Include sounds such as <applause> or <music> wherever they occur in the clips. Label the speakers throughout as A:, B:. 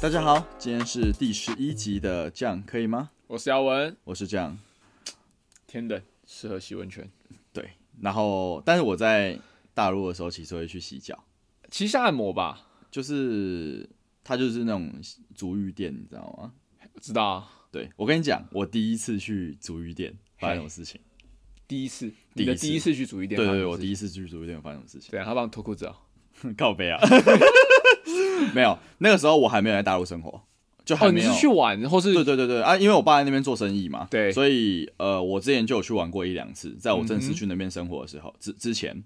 A: 大家好，今天是第十一集的这样可以吗？
B: 我是姚文，
A: 我是这样，
B: 天冷，适合洗温泉。
A: 对。然后，但是我在大陆的时候，其实会去洗脚，
B: 其实按摩吧，
A: 就是它就是那种足浴店，你知道吗？
B: 我知道啊。
A: 对我跟你讲，我第一次去足浴店发生什么事情？
B: 哎第一次，
A: 第一
B: 你
A: 次
B: 的第一次去煮一店，
A: 对对对，我第
B: 一，
A: 一次去足浴店发生什么事情？
B: 对啊，他帮我脱裤子啊。
A: <laughs> 告别啊，没有，那个时候我还没有在大陆生活，就还
B: 哦，你
A: 没有。
B: 是去玩，或是
A: 对对对对啊，因为我爸在那边做生意嘛，
B: 对
A: 所以呃，我之前就有去玩过一两次，在我正
B: 嗯
A: 式
B: 哼
A: 去那边生活的时候，之之前，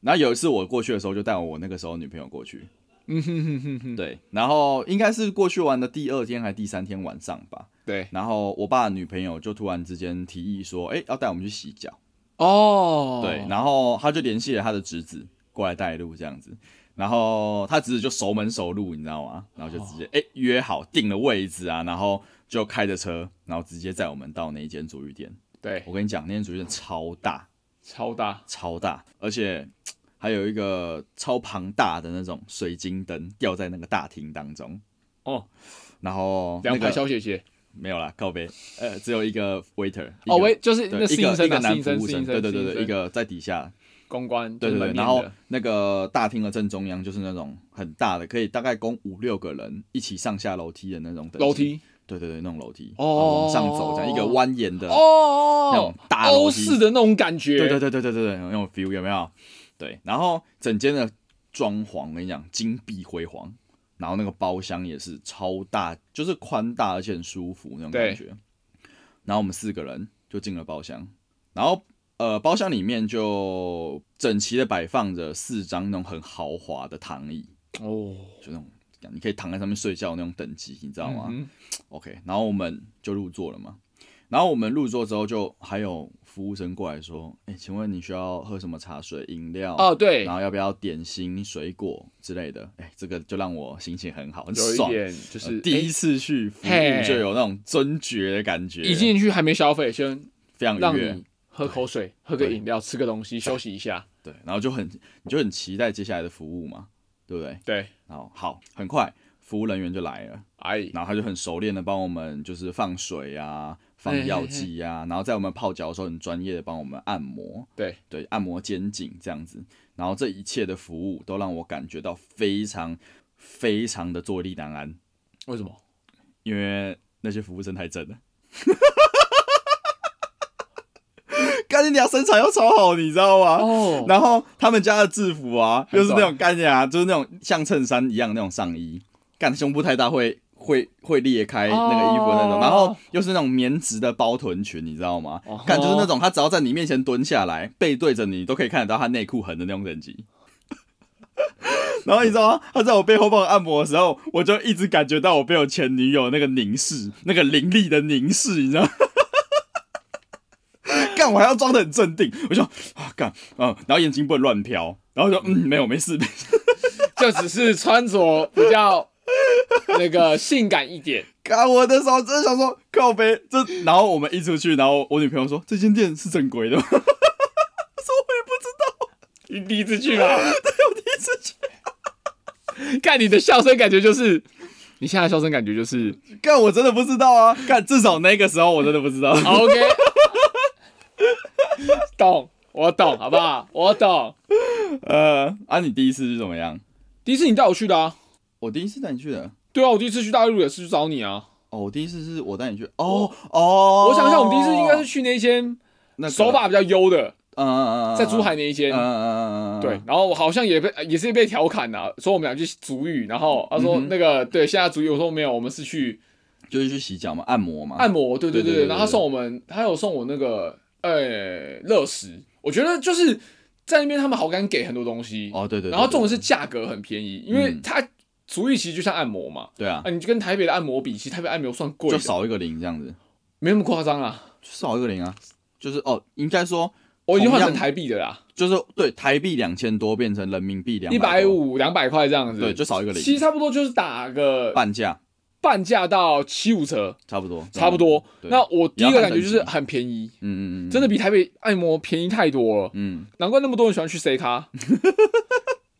A: 然后有一次我过去的时候，就带我那个时候女朋友过去，
B: 嗯哼哼哼哼，
A: 对，然后应该是过去玩的第二天还第三天晚上吧，
B: 对，
A: 然后我爸的女朋友就突然之间提议说，哎、要带我们去洗脚，
B: 哦，
A: 对，然后他就联系了他的侄子过来带路这样子，然后他侄子就熟门熟路，你知道吗？然后就直
B: 哦
A: 接哎、诶约好定了位置啊，然后就开着车，然后直接载我们到那一间足浴店。
B: 对，
A: 我跟你讲，那间足浴店超大
B: 超大，
A: 超大，而且嘖还有一个超庞大的那种水晶灯吊在那个大厅当中。
B: 哦，
A: 然后那
B: 两排
A: 个
B: 小姐姐。
A: 没有啦，告别，呃，只有一个 waiter，
B: 哦，
A: 一个
B: 喂，就是
A: 对
B: 那
A: 一
B: 试
A: 个
B: 应
A: 一
B: 生
A: 个
B: 啊，试
A: 男
B: 应
A: 服
B: 生，
A: 务
B: 试应
A: 生，对
B: 生，
A: 对对
B: 试
A: 对，
B: 应
A: 一
B: 生
A: 个在底下
B: 公关，
A: 对
B: 就是
A: 对
B: 门
A: 对，
B: 面
A: 然后
B: 的
A: 那个大厅的正中央就是那种很大的，可以大概供五六个人一起上下楼梯的那种等级
B: 楼，梯，
A: 对对对，那种楼梯，
B: 哦
A: 然后往上走，这样一个蜿蜒的，那
B: 哦
A: 种，大楼梯
B: 欧式的那种感觉，
A: 对对对对对对对，那种 feel 有没有？对，然后整间的装潢，我跟你讲，金碧辉煌，然后那个包厢也是超大，就是宽大而且很舒服那种
B: 对
A: 感觉。然后我们四个人就进了包厢，然后呃，包厢里面就整齐的摆放着四张那种很豪华的躺椅，
B: 哦，
A: 就那种你可以躺在上面睡觉的那种等级，你知道吗、
B: 嗯
A: o k 然后我们就入座了嘛。然后我们入座之后，就还有服务生过来说：“哎、请问你需要喝什么茶水、饮料？
B: 哼哦，对
A: 然，后要不要点心、水果之类的？”哎、这个就让我心情很好，很
B: 有一
A: 爽。
B: 点就是
A: 呃第一次去服务
B: 嘿
A: 就有那种尊爵的感觉，
B: 一进去还没消费，先
A: 非常
B: 让
A: 愉悦
B: 你。喝口水、喝个饮料、吃个东西、休息一下。
A: 对，然后就很你就很期待接下来的服务嘛，对不对？
B: 对，
A: 然后好，很快服务人员就来了。
B: 哎，
A: 然后他就很熟练的帮我们就是放水啊、放药剂啊，然后在我们泡脚的时候很专业的帮我们按摩，
B: 对，
A: 对，按摩肩颈这样子。然后这一切的服务都让我感觉到非常非常的坐立难安，
B: 为什么？
A: 因为那些服务生太真了。 <laughs> 干你俩身材又超好，你知道吗？
B: 哦，
A: 然后他们家的制服啊，
B: 很
A: 又是
B: 短
A: 那种干呀，就是那种像衬衫一样的那种上衣，干胸部太大会会会裂开那个衣服的那种，
B: 哦
A: 然后 <laughs> 又是那种棉质的包臀裙，你知道吗
B: 哦吼？
A: 干就是那种他只要在你面前蹲下来，背对着你，你都可以看得到他内裤痕的那种等级。 <laughs> 然后你知道吗？他在我背后帮我按摩的时候，我就一直感觉到我被我前女友那个凝视，那个凌厉的凝视，你知道吗？ <laughs> 干，我还要装的很镇定，我就啊干，嗯，然后眼睛不能乱瞟，然后就嗯没有没事，没事
B: 就只是穿着比较那个性感一点。
A: 干我的时候真的想说靠背这，然后我们一出去，然后我女朋友说这间店是正规的吗？
B: 你第一次去吗？
A: 我第一次去，
B: <laughs> 看你的笑声，感觉就是你现在的笑声，感觉就是
A: 干我真的不知道啊，干至少那个时候我真的不知道，
B: 啊 OK。懂，我懂，好不好？我懂。
A: 呃，啊你第一次是怎么样？
B: 第一次你带我去的啊？
A: 我第一次带你去的。
B: 对啊，我第一次去大陆也是去找你啊。
A: 哦，我第一次是我带你去，哦哦，
B: 我想一下，我们第一次应该是去那啊间
A: 那个
B: 手，法比较优的，
A: 嗯嗯嗯嗯，
B: 在珠海，那一间
A: 嗯。嗯嗯嗯，嗯
B: 对，，然后我好像也被呃也是被调侃呐、说我们俩去足浴，然后他说
A: 嗯哼
B: 那个、对，现在足浴，我说没有，我们是去
A: 就是去洗脚嘛，按摩嘛，
B: 按摩，对对
A: 对
B: 对
A: 啊对对
B: 对，然后他送我们，他有送我那个呃乐食，我觉得就是在那边他们好敢给很多东西，
A: 哦对对，对
B: 然后重点
A: 对
B: 是价格很便宜，因为
A: 嗯
B: 它足浴其实就像按摩嘛，
A: 对啊
B: 啊，，你就跟台北的按摩比，其实台北按摩算贵
A: 就
B: 的，
A: 少一个零这样子，
B: 没那么夸张啦，
A: 少一个零啊，就是哦，应该说
B: 我已经换成
A: 同样
B: 台币的啦，
A: 就是对台币两千多变成人民币两
B: 一百，五两百块这样子，
A: 对，就少一个
B: 其
A: 零，
B: 实差不多就是打个
A: 半价
B: 半价到七五折。
A: 差不多，
B: 差不多。
A: 对
B: 那我第一个感觉就是很便宜，
A: 嗯嗯嗯，
B: 真
A: 的，
B: 的比台北按摩便宜太多了，
A: 嗯， <laughs>
B: 难怪那么多人喜欢去 C 咖。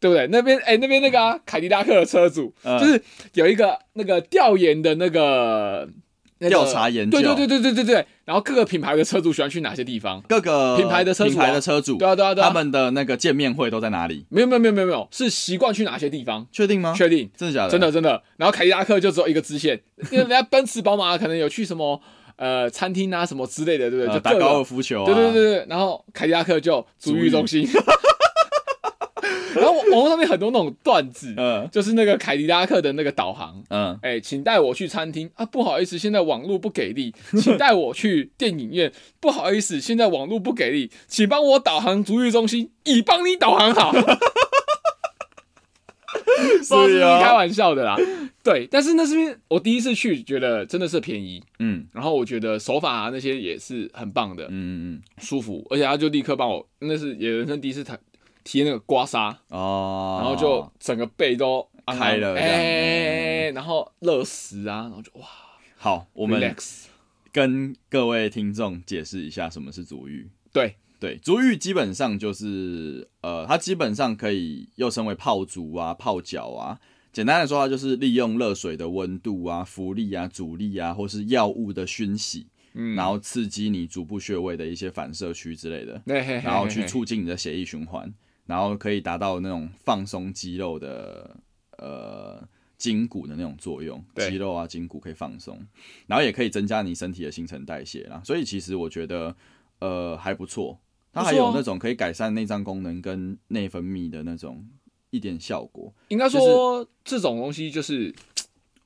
B: 对不对？那边哎、那边那个啊，凯迪拉克的车主，
A: 嗯
B: 就是有一个那个调研的那个那个
A: 调查研究
B: 对对对对对对对。然后各个品牌的车主喜欢去哪些地方？
A: 各个
B: 品牌的车主啊
A: 品牌的车主，
B: 对啊对啊对啊。
A: 他们的那个见面会都在哪里？
B: 没有没有没有没有没有，是习惯去哪些地方？
A: 确定吗？
B: 确定，
A: 真的假的？
B: 真的真的。然后凯迪拉克就只有一个支线，因为人家奔驰、宝马可能有去什么呃餐厅啊什么之类的，对不
A: 呃，
B: 对？就
A: 打
B: 各
A: 高
B: 个
A: 尔夫球啊，
B: 对对对对，然后凯迪拉克就足浴中心，然后网络上面很多那种段子，
A: 嗯
B: 就是那个凯迪拉克的那个导航，
A: 嗯，
B: 哎、请带我去餐厅啊，不好意思，现在网络不给力，请带我去电影院，不好意思，现在网络不给力，请帮我导航足浴中心，已帮你导航好。说是不是
A: 啊
B: 开玩笑的啦，对，但是那是因为我第一次去，觉得真的是便宜，
A: 嗯
B: 然后我觉得手法、啊、那些也是很棒的，
A: 嗯嗯
B: 舒服，而且他就立刻帮我，那是也人生第一次贴贴那个刮痧，
A: 嗯，哦，
B: 然后就整个背都昂昂
A: 开了这
B: 哎、
A: 样
B: 然后热死啊，然后就哇，
A: 好，我们
B: relax，
A: 跟各位听众解释一下什么是足浴。
B: 对，
A: 对，足浴基本上就是呃，它基本上可以又称为泡足啊、泡脚啊。简单来说，它就是利用热水的温度啊、浮力啊、阻力啊，或是药物的熏洗，
B: 嗯，
A: 然后刺激你足部穴位的一些反射区之类的，
B: 嘿嘿嘿
A: 然后去
B: 嘿
A: 促进你的血液循环，然后可以达到那种放松肌肉的呃筋骨的那种作用，
B: 对
A: 肌肉啊筋骨可以放松，然后也可以增加你身体的新陈代谢啦。所以其实我觉得呃还不错，它
B: 不
A: 还
B: 错
A: 有
B: 啊
A: 那种可以改善内脏功能跟内分泌的那种一点效果。
B: 应该
A: 就是
B: 说、这种东西就是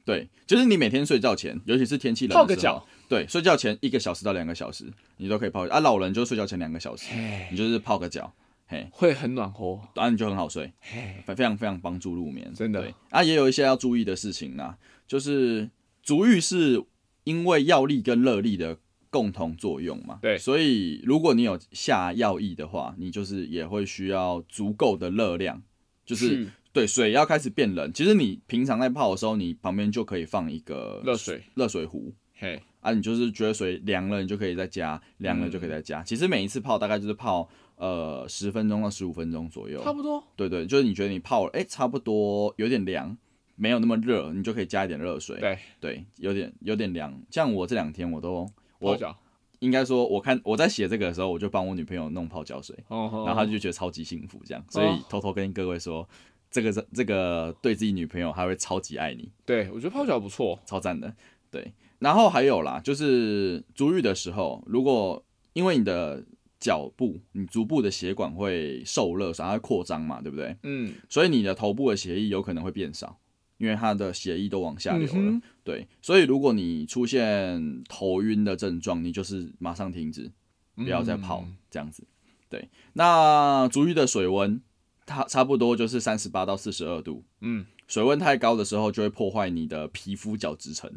A: 对，就是你每天睡觉前，尤其是天气冷的
B: 泡个
A: 时候
B: 脚，
A: 对，睡觉前一个小时到两个小时，你都可以泡啊。老人就是睡觉前两个小时，你就是泡个脚，嘿，
B: 会很暖和，
A: 然后你就很好睡。
B: 嘿，
A: 非非常非常帮助入眠，
B: 真的
A: 对啊，也有一些要注意的事情啦，就是足浴是因为药力跟热力的共同作用嘛，
B: 对
A: 所以如果你有下药液的话，你就是也会需要足够的热量，就是
B: 去
A: 对水要开始变冷。其实你平常在泡的时候，你旁边就可以放一个
B: 热水，
A: 热水壶。
B: 嘿，
A: 啊，你就是觉得水凉了，你就可以再加，凉了就
B: 嗯
A: 可以再加。其实每一次泡大概就是泡呃十分钟到十五分钟左右，
B: 差不多，
A: 对对，就是你觉得你泡了，哎、差不多有点凉，没有那么热，你就可以加一点热水。
B: 对，
A: 有点有点凉。像我这两天我都，
B: 泡
A: 我
B: 脚，
A: 应该说，我看我在写这个的时候，我就帮我女朋友弄泡脚水，
B: 然
A: 然
B: 后
A: 后她就觉得超级幸福，这样。所以
B: 哦
A: 偷偷跟各位说，这个是这个对自己女朋友，她会超级爱你，
B: 对我觉得泡脚不错，
A: 超赞的。对，然后还有啦，就是足浴的时候，如果因为你的脚部，你足部的血管会受热，然后会扩张嘛，对不对？
B: 嗯，
A: 所以你的头部的血液有可能会变少，因为它的血液都往下流了。
B: 嗯哼
A: 对，所以如果你出现头晕的症状，你就是马上停止，不要再泡、
B: 嗯
A: 这样子。对，那足浴的水温，它差不多就是三十八到四十二度。
B: 嗯，
A: 水温太高的时候，就会破坏你的皮肤角质层，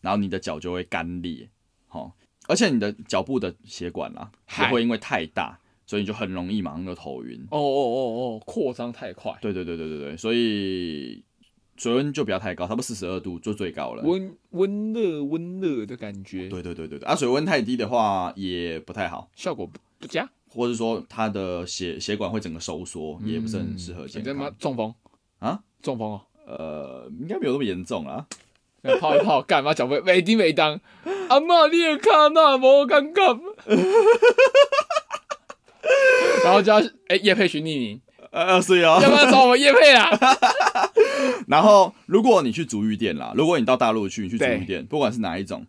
A: 然后你的脚就会干裂。好、而且你的脚部的血管啦、也
B: 嗨
A: 会因为太大，所以你就很容易马上就头晕。
B: 哦哦哦哦，扩张太快，
A: 对对对对对对，所以水温就不要太高，差不多四十二度就最高了。
B: 温温热温热的感觉，
A: 对对对对对，啊，水温太低的话也不太好，
B: 效果不不佳，
A: 或者说它的血血管会整个收缩，也不是很适合健
B: 你他嗯妈
A: 康。
B: 中风
A: 啊？
B: 中风哦！ <laughs>
A: 呃，应该没有那么严重啊。
B: 那泡一泡，干嘛脚背每滴每当？阿妈你也看那么尴尬， <laughs> 然后就要哎叶佩徐丽宁，
A: 呃，呃是啊
B: 要。不要找我们叶佩啊？ <laughs>
A: 然后，如果你去足浴店啦，如果你到大陆去，你去足浴
B: 对
A: 店，不管是哪一种，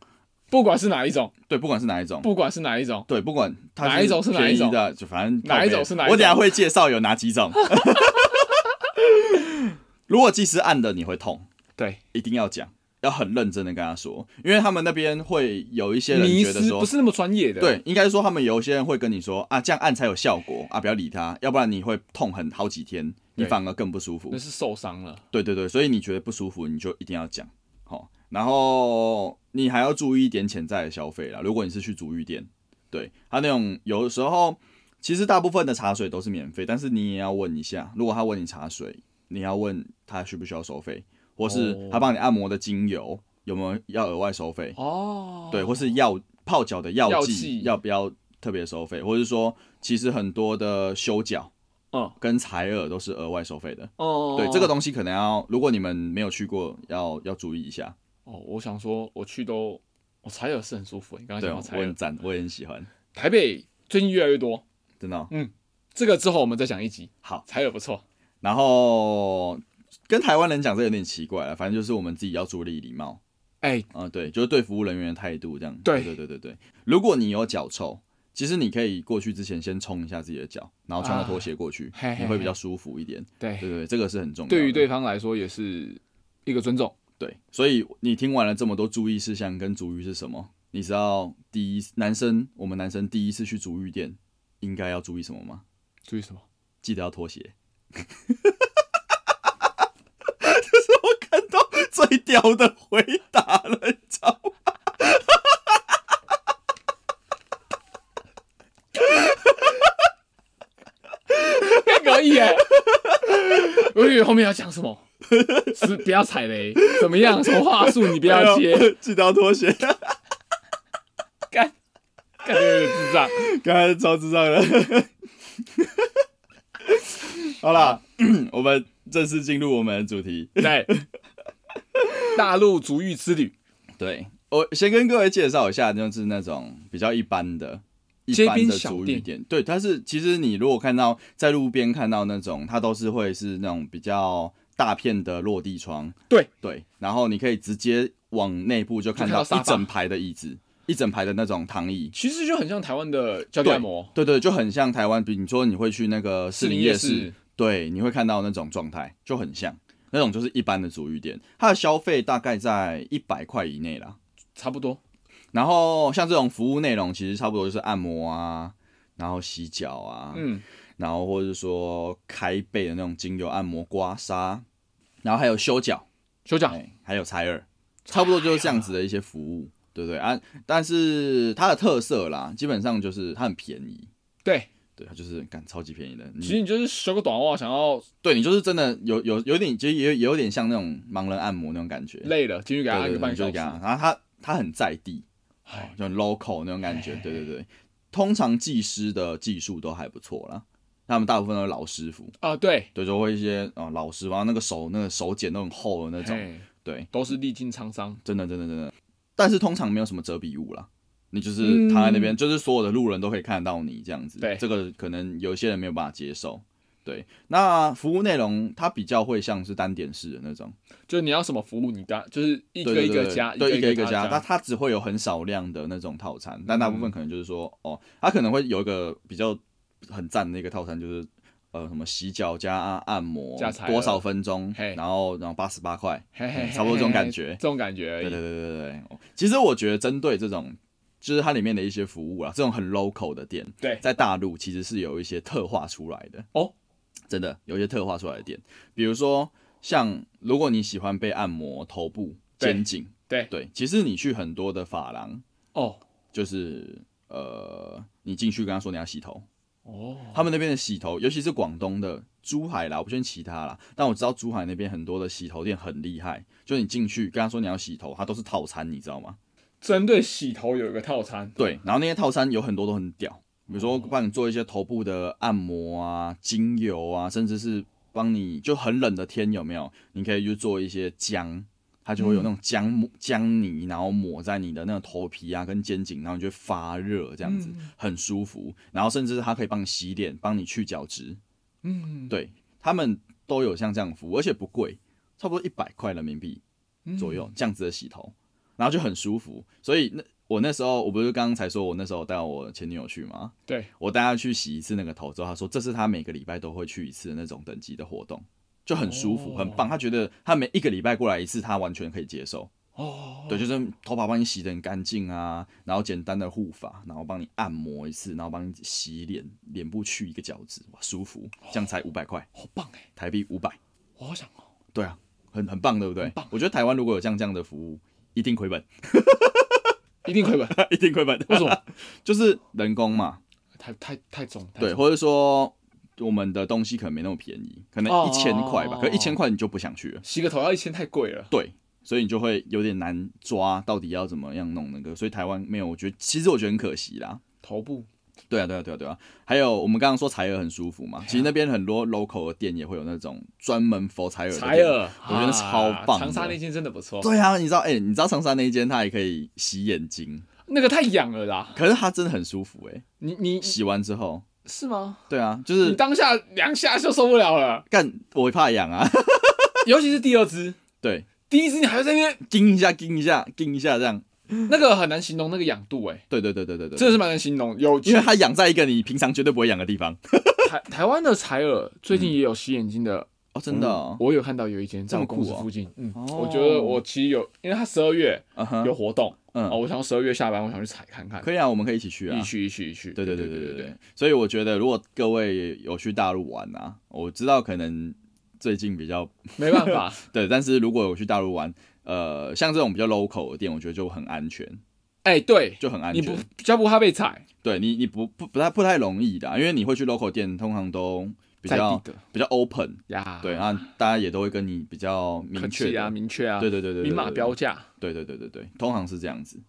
B: 不管是哪一种，
A: 对，不管是哪一种，
B: 不管是哪一种，
A: 对，不管它
B: 哪一种是哪一
A: 便
B: 种
A: 宜的，就反正
B: 哪一种是哪一种
A: 我等下会介绍有哪几种。 <laughs> 如果技师按的你会痛，
B: 对，
A: 一定要讲，要很认真的跟他说，因为他们那边会有一些人
B: 迷
A: 觉得
B: 失
A: 说
B: 不，是那么专业的，，
A: 对，应该说他们有一些人会跟你说啊，这样按才有效果啊，不要理他，要不然你会痛很好几天，你
B: 对
A: 反而更不舒服
B: 那。是受伤了，
A: 对对对，所以你觉得不舒服，你就一定要讲好、然后你还要注意一点潜在的消费啦。如果你是去足浴店，对他那种有的时候，其实大部分的茶水都是免费，但是你也要问一下，如果他问你茶水，你要问他需不需要收费，或是
B: 哦
A: 他帮你按摩的精油有没有要额外收费，
B: 哦，
A: 对，或是药泡脚的药
B: 药
A: 剂
B: 剂
A: 要不要特别收费，或是说其实很多的修脚。
B: 哦
A: 跟采耳都是额外收费的。
B: 哦，
A: 对，这个东西可能要，如果你们没有去过，要要注意一下。
B: 哦，我想说我去都我采耳是很舒服，你刚刚
A: 对，
B: 讲
A: 我
B: 到采耳
A: 很，赞，我也很喜欢，
B: 台北最近越来越多，
A: 真的哦、
B: 这个之后我们再讲一集，
A: 好，
B: 采耳不错，
A: 然后跟台湾人讲这有点奇怪了，反正就是我们自己要注意礼貌。
B: 哎，
A: 啊、对，就是对服务人员的态度这样。
B: 对
A: 对对对对。如果你有脚臭，其实你可以过去之前先冲一下自己的脚，然后穿着拖鞋过去，
B: 啊嘿嘿嘿
A: 你会比较舒服一点。对对
B: 对，
A: 对，这个是很重要的。
B: 对于对方来说也是一个尊重，
A: 对，所以你听完了这么多注意事项跟足浴是什么，你知道第一男生我们男生第一次去足浴店应该要注意什么吗？
B: 注意什么？
A: 记得要脱鞋。这是我看到最屌的回答了，你知道吗？
B: 可以耶！ <laughs> 我以为后面要讲什么，是不要踩雷，怎么样？什么话术你不要接，
A: 没有，记得要脱鞋。
B: 干，感觉有点
A: <laughs>
B: 智障。
A: <laughs> 刚才超智障的。 <laughs> 好啦， <clears throat> 我们正式进入我们的主题。
B: 对，大陆足浴之旅，
A: 对我先跟各位介绍一下，就是那种比较一般的。一
B: 街
A: 般
B: 边
A: 的
B: 小
A: 足浴
B: 店
A: 店，对，它是其实你如果看到在路边看到那种，它都是会是那种比较大片的落地窗，
B: 对
A: 对，然后你可以直接往内部就看
B: 就看
A: 到
B: 到沙发
A: 一整排的椅子，一整排的那种躺椅，
B: 其实就很像台湾的脚底按摩，
A: 对对，就很像台湾，比你说你会去那个士林夜
B: 士林夜
A: 市
B: 市，
A: 对，你会看到那种状态，就很像那种就是一般的足浴店，它的消费大概在一百块以内啦。
B: 差不多。
A: 然后像这种服务内容，其实差不多就是按摩啊，然后洗脚啊，
B: 嗯，
A: 然后或者说开背的那种精油按摩、刮痧，然后还有修脚，
B: 休
A: 哎、
B: 讲，
A: 还有采耳，差不多就是这样子的一些服务，对不对啊？但是它的特色啦，基本上就是它很便宜。
B: 对，
A: 对，它就是干超级便宜的。
B: 其
A: 你
B: 实你就是修个短袜，想要
A: 对你就是真的有有有点，其实也有也有点像那种盲人按摩那种感觉。
B: 累了，进去给
A: 对
B: 他
A: 对
B: 按
A: 对，
B: 个半
A: 你就
B: 小
A: 是
B: 时
A: 给。他，然后他他很在地，哦
B: 哎，
A: 就很 local 那种感觉。对对对，通常技师的技术都还不错啦，他们大部分都是老师傅，
B: 啊，对，
A: 对，就会一些啊、呃老师傅，然后那个手那个手茧都很厚的那种，
B: 嘿
A: 对，
B: 都是历经沧桑。
A: 真的真的真的。但是通常没有什么遮蔽物啦。你就是躺在那边，就是所有的路人都可以看得到你这样子。
B: 嗯对
A: 这个可能有些人没有办法接受。对，那服务内容它比较会像是单点式的那种，
B: 就是你要什么服务，你搭，就是一
A: 对
B: 个
A: 对
B: 一
A: 对
B: 个加，
A: 对
B: 一
A: 一个
B: 一个
A: 加，它它只会有很少量的那种套餐，但大部分
B: 嗯
A: 可能就是说，哦，它可能会有一个比较很赞的一个套餐，就是呃什么洗脚加按摩
B: 加采
A: 多
B: 耳
A: 少分钟
B: 嘿，
A: 然后然后八十八块，嗯
B: 嘿嘿嘿
A: 差不多这种感觉
B: 嘿这种感觉而
A: 对对
B: 已。
A: 对对对对。哦其实我觉得针对这种，就是它里面的一些服务啦，这种很 local 的店，
B: 对
A: 在大陆其实是有一些特化出来的
B: 哦，
A: 真的有一些特化出来的店，比如说像如果你喜欢被按摩头部、
B: 对
A: 肩颈，
B: 对
A: 对，其实你去很多的发廊，
B: 哦
A: 就是呃，你进去跟他说你要洗头，
B: 哦，
A: 他们那边的洗头，尤其是广东的珠海啦，我不确定其他啦，但我知道珠海那边很多的洗头店很厉害，就你进去跟他说你要洗头，它都是套餐，你知道吗？
B: 针对洗头有一个套餐，
A: 对，然后那些套餐有很多都很屌，比如说帮你做一些头部的按摩啊、精油啊，甚至是帮你就很冷的天有没有？你可以去做一些姜，它就会有那种姜抹姜泥，然后抹在你的那个头皮啊跟肩颈，然后你就会发热，这样子、很舒服。然后甚至是它可以帮你洗脸，帮你去角质，
B: 嗯，
A: 对他们都有像这样的服务，而且不贵，差不多一百块人民币
B: 嗯
A: 左右、这样子的洗头，然后就很舒服。所以那我那时候我不是刚刚才说我那时候带我前女友去吗？
B: 对，
A: 我带她去洗一次那个头之后，她说这是她每个礼拜都会去一次的那种等级的活动，就很舒服，
B: 哦
A: 很棒。她觉得她每一个礼拜过来一次，她完全可以接受。
B: 哦，
A: 对，就是头发帮你洗得很干净啊，然后简单的护发，然后帮你按摩一次，然后帮你洗脸，脸部去一个角质，哇，舒服，这样才五百块
B: 好棒哎，
A: 台币，五百。
B: 我好想哦，
A: 对啊，很很棒，对不对？我觉得台湾如果有像这样的服务，一定亏本，
B: 一定亏
A: <laughs>
B: 本，
A: 一定亏本。
B: 为什么？
A: 就是人工嘛，
B: 太太太重，太
A: 对，
B: 重，
A: 或者说我们的东西可能没那么便宜，可能
B: 哦
A: 一千块吧，
B: 哦
A: 可一千块你就不想去了，
B: 洗个头要一千太贵了，
A: 对，所以你就会有点难抓到底要怎么样弄那个，所以台湾没有，我觉得其实我觉得很可惜啦。
B: 头部
A: 对啊，对啊，对啊，对啊。还有我们刚刚说采耳很舒服
B: 啊
A: 嘛，其实那边很多 local 的店也会有那种专门 for 采耳的
B: 采
A: 店
B: 耳，
A: 我觉得超棒的
B: 啊长沙那间真的不错，
A: 对啊，你知道，哎、你知道长沙那一间它还可以洗眼睛，
B: 那个太痒了啦。
A: 可是它真的很舒服哎、
B: 你你
A: 洗完之后，
B: 是吗？
A: 对啊，就
B: 你
A: 是
B: 当下两下就受不了了，
A: 干我怕痒啊， <laughs>
B: 尤其是第二只，
A: 对，
B: 第一只你还会在那边，
A: 叮一下，叮一下，叮一下这样，
B: 那个很难形容那个痒度、欸，哎，
A: 对对对对对
B: 真
A: 对，
B: 的是蛮难形容。有
A: 因为它痒在一个你平常绝对不会痒的地方
B: 台台湾的采耳最近也有洗眼睛的，
A: 哦，真的、哦，
B: 我有看到有一间在
A: 这么
B: 我公
A: 酷
B: 司
A: 哦
B: 附近，嗯，
A: 哦
B: 我觉得我其实有，因为他十二月
A: 嗯哼
B: 有活动，
A: 嗯
B: 哦，我想要十二月下班，我想去采看看，
A: 可以啊，我们可以一起去啊
B: 一。去一去一去，
A: 对对
B: 对
A: 对对
B: 对
A: 对对，所以我觉得如果各位有去大陆玩啊，我知道可能最近比较
B: 没办
A: <laughs>
B: 法，
A: 对，但是如果有去大陆玩，呃，像这种比较 local 的店，我觉得就很安全，
B: 哎，对，
A: 就很安
B: 你
A: 全。
B: 不比较不怕被踩，
A: 对你，你不不不太不太容易的啊、因为你会去 local 店，通常都比
B: 在
A: 较
B: 地的
A: 比较 open，
B: 呀，
A: 对，然后大家也都会跟你比较明
B: 客
A: 确
B: 气
A: 的
B: 啊，，明确啊，
A: 对对对对，对
B: 明码标，价，
A: 对对对对对，通常是这样子。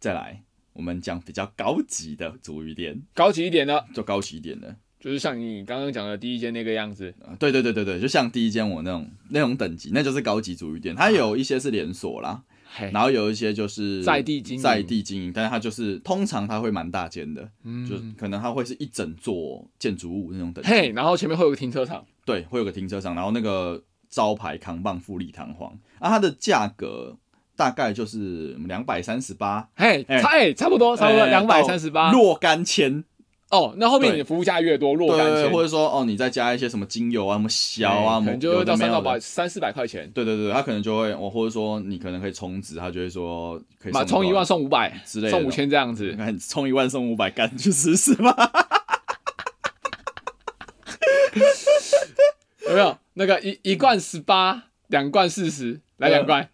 A: 再来，我们讲比较高级的足浴店，
B: 高级一点的，
A: 就高级一点的，
B: 就是像你刚刚讲的第一间那个样子，
A: 啊对对对对对，就像第一间我那种那种等级，那就是高级足浴店，它有一些是连锁啦，
B: 嘿，
A: 然后有一些就是
B: 哎在地经营
A: 在地经营，但是它就是通常它会蛮大间的，就
B: 嗯，
A: 可能它会是一整座建筑物那种等级，
B: 嘿，然后前面会有个停车场，
A: 对，会有个停车场，然后那个招牌扛棒富丽堂皇，啊，它的价格大概就是两百三十八，
B: 嘿，
A: 哎
B: 差哎差不多差不多
A: 呃
B: 两百三十八，
A: 若干千，
B: 哦，那后面
A: 对
B: 你服务价越多，若干
A: 对，
B: 钱
A: 或。者说哦，你再加一些什么精油啊、什么小啊，什
B: 哎可
A: 么
B: 能就会到
A: 有的
B: 三到。
A: 没有
B: 百
A: 的
B: 三四百块钱，
A: 对对对，他可能就会，我或者说你可能可以充值，他就会说可以
B: 嘛，充一万，送五百
A: 之类的
B: 送五千这样
A: 你 <laughs>
B: 子，
A: 看充一万送五百，干去试试吧。
B: 有没有？那个一一罐十八，两罐四十，来两罐。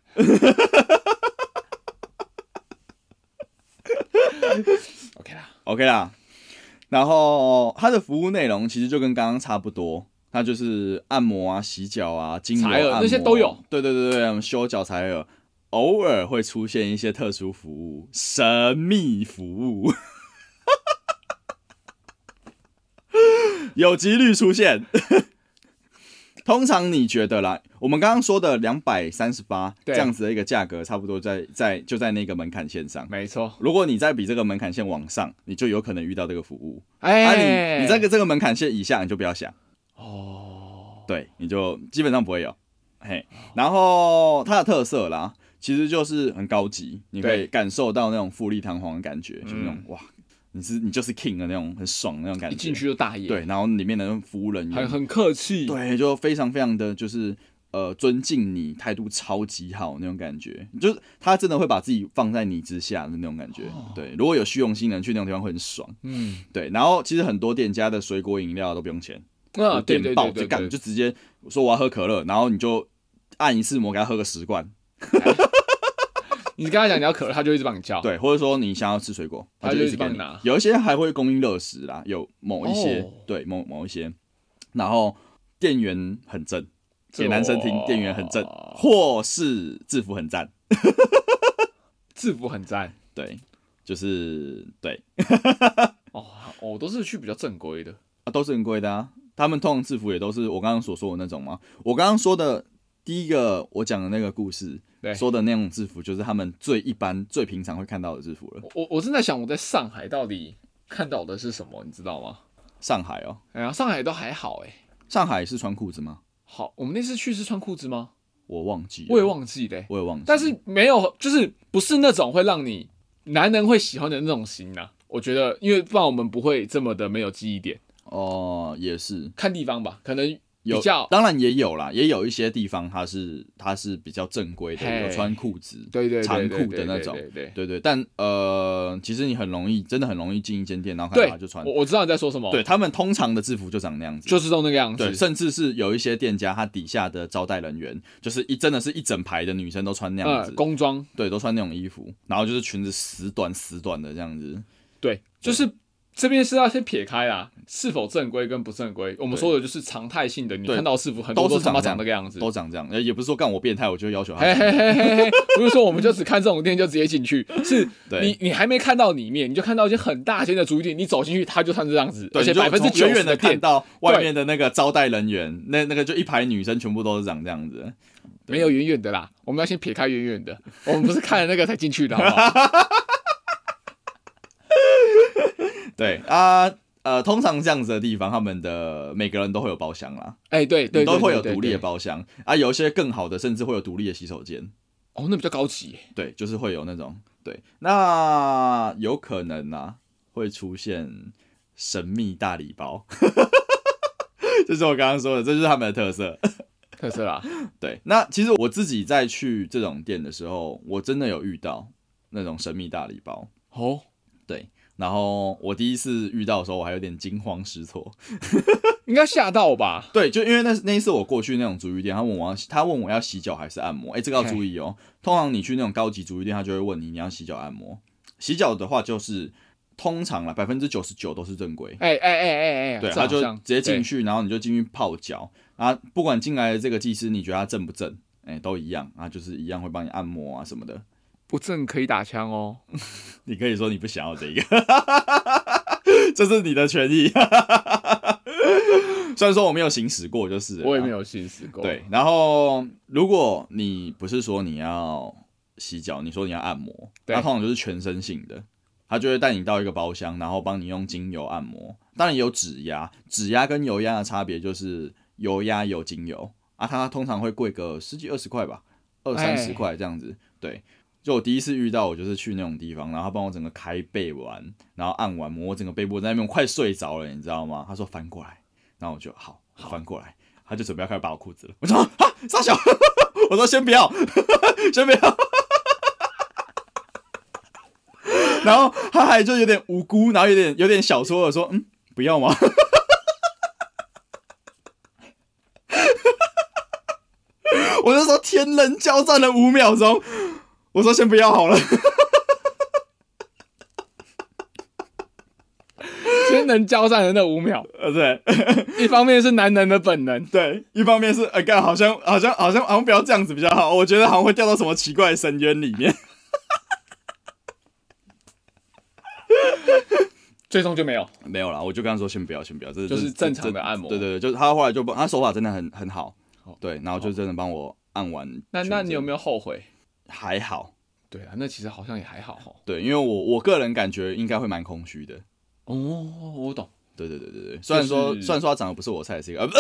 B: OK <laughs> 啦，
A: OK 啦，然后它的服务内容其实就跟刚刚差不多，它就是按摩啊、洗脚啊、精油
B: 采耳
A: 按摩
B: 那些都有。
A: 对对对对，修脚采耳，偶尔会出现一些特殊服务，神秘服务， <laughs> 有几率出现。通常你觉得啦，我们刚刚说的两百三十八这
B: 对
A: 样子的一个价格，差不多在在就在那个门槛线上。
B: 没错。
A: 如果你再比这个门槛线往上，你就有可能遇到这个服务。啊
B: 哎，
A: 你，你在个这个门槛线以下，你就不要想，
B: 哦，
A: 对，你就基本上不会有。嘿，然后它的特色啦，其实就是很高级，你可以
B: 对
A: 感受到那种富丽堂皇的感觉，就是那种
B: 嗯
A: 哇，你是你就是 king 的那种很爽的那种感
B: 一
A: 觉。
B: 进去就大爷，，
A: 对，然后里面的服务人
B: 很
A: 员，
B: 很客气，
A: 对，就非常非常的就是。呃，尊敬你，态度超级好那种感觉，就是他真的会把自己放在你之下的那种感觉。
B: 哦
A: 对，如果有虚荣心的人去那种地方会很爽。
B: 嗯，
A: 对，然后其实很多店家的水果饮料都不用钱，就
B: 那对啊对
A: 点爆
B: 对
A: 就
B: 对
A: 干，
B: 对，
A: 就直接说我要喝可乐，然后你就按一次摩给他喝个十罐，
B: 你跟他讲你要可乐，他就一直帮你叫，
A: 对，或者说你想要吃水果，
B: 他
A: 就
B: 就
A: 一
B: 一
A: 直
B: 直
A: 给
B: 帮
A: 你
B: 你拿。
A: 有一些还会供应乐食啦，有某一些、
B: 哦
A: 对某某一些，然后店员很正，给男生听，店员很正，
B: 哦
A: 或是制服很赞，
B: 制服很赞
A: 对，就是对
B: 哦，我都是去比较正规的，
A: 啊，都是很贵的啊。他们通常制服也都是我刚刚所说的那种嘛。我刚刚说的第一个我讲的那个故事
B: 对
A: 说的那种制服，就是他们最一般、最平常会看到的制服了。
B: 我我我正在想我在上海到底看到的是什么，你知道吗？
A: 上海哦，
B: 哎呀，上海都还好哎、
A: 上海是穿裤子吗？
B: 好，我们那次去是穿裤子吗？
A: 我忘记，
B: 我也，忘记嘞、
A: 我也忘记。
B: 但是没有，就是不是那种会让你男人会喜欢的那种型啊。我觉得，因为不然我们不会这么的没有记忆点。
A: 哦、也是
B: 看地方吧，可能
A: 有
B: 比较，
A: 当然也有啦，也有一些地方它是它是比较正规的，
B: 嘿
A: 有穿裤子，
B: 对对
A: 长
B: 对
A: 裤
B: 对
A: 的
B: 对
A: 那种
B: 对对
A: 对对。但呃，其实你很容易，真的很容易进一间店，然后看
B: 对
A: 到他就穿
B: 我。我知道你在说什么，
A: 对，他们通常的制服就长那样子，
B: 就是都那个样
A: 对，
B: 子，
A: 甚至是有一些店家，他底下的招待人员就是一真的是一整排的女生都穿那样
B: 呃
A: 子，，
B: 工装，
A: 对，都穿那种衣服，然后就是裙子死短死短的这样子，
B: 对，就是这边是要先撇开啦，是否正规跟不正规，我们
A: 对
B: 说的就是常态性的，你
A: 对
B: 看到市服很
A: 都
B: 多
A: 是
B: 都他妈
A: 长这样
B: 长那个样子。
A: 都长这样，呃也不是说干我变态，我就要求他
B: 嘿嘿嘿嘿嘿，不是说我们就只看这种店就直接进去，是
A: 对
B: 你你还没看到里面，你就看到一些很大间的足浴店，你走进去它就穿这样子，
A: 对
B: 而且
A: 你就
B: 百分之
A: 从
B: 九
A: 远
B: 十
A: 远的
B: 的店
A: 看到外面的那个招待人员，那那个就一排女生全部都是长这样子。
B: 没有远远的啦，我们要先撇开远远的，我们不是看了那个才进
A: <laughs>
B: 去的，好不好？
A: 对啊。呃，通常这样子的地方，他们的每个人都会有包厢啦，
B: 哎，对对，对
A: 都会有
B: 对对
A: 独立的
B: 对
A: 包厢啊，有一些更好的，甚至会有独立的洗手间。
B: 哦，那比较高级耶，
A: 对，就是会有那种对，那有可能啊会出现神秘大礼包， <laughs> 这是我刚刚说的，这就是他们的特色。
B: 特色
A: <laughs>
B: 啦，
A: 对，那其实我自己在去这种店的时候，我真的有遇到那种神秘大礼包。
B: 哦，
A: 然后我第一次遇到的时候，我还有点惊慌失措。
B: 应该吓到吧？
A: 对，就因为那那一次我过去那种足浴店，他问我要他问我要洗脚还是按摩，哎、这个要注意哦。通常你去那种高级足浴店，他就会问你你要洗脚按摩。洗脚的话就是通常啦，百分之九十九都是正规，
B: 哎哎哎哎哎，
A: 对，
B: 这好
A: 他就
B: 像
A: 直接进
B: 对
A: 去，然后你就进去泡脚啊，不管进来的这个技师你觉得他正不正，哎、都一样啊，就是一样会帮你按摩啊什么的。
B: 不正可以打枪哦。
A: 你可以说你不想要这一个， <laughs> 这是你的权益。 <laughs> 虽然说我没有行使过，就是了
B: 我也没有行使过。
A: 啊对，，然后如果你不是说你要洗脚，你说你要按摩，
B: 对
A: 它通常就是全身性的，它就会带你到一个包厢，然后帮你用精油按摩。当然也有指压，指压跟油压的差别就是油压有精油啊，它通常会贵个十几二十块吧，二三十
B: 哎
A: 块这样子。对，就我第一次遇到，我就是去那种地方，然后他帮我整个开背完，然后按完摩，我整个背部在那边我快睡着了，你知道吗？他说翻过来，然后我就好，好翻过来，他就准备要开始扒我裤子了。我说啊，傻小， <laughs> 我说先不要， <laughs> 先不要。然后他还就有点无辜，然后有点有点小说的说，嗯，不要吗？ <laughs> 我那时候天人交战了五秒钟，我说先不要好了。
B: 天人交战的那五秒，
A: 呃，对
B: 一方面是男人的本能，
A: 对，一方面是哎干、好像好像好像好像不要这样子比较好，我觉得好像会掉到什么奇怪的深渊里面。
B: <laughs> 最终就没有。
A: <laughs> 没有啦，我就跟他说先不要，先不要，这是
B: 就是
A: 这
B: 正常的
A: 这
B: 按摩
A: 对对对，就是他后来就帮他手法真的很很好
B: 好，
A: 对，然后就真的帮我按完全身。
B: 那那你有没有后悔？
A: 还好？
B: 对啊，那其实好像也还好哦。
A: 对，因为我我个人感觉应该会蛮空虚的。
B: 哦，我懂。
A: 对对对对对，虽然说、
B: 就是
A: 虽然说他长得不是我菜，是一个。呃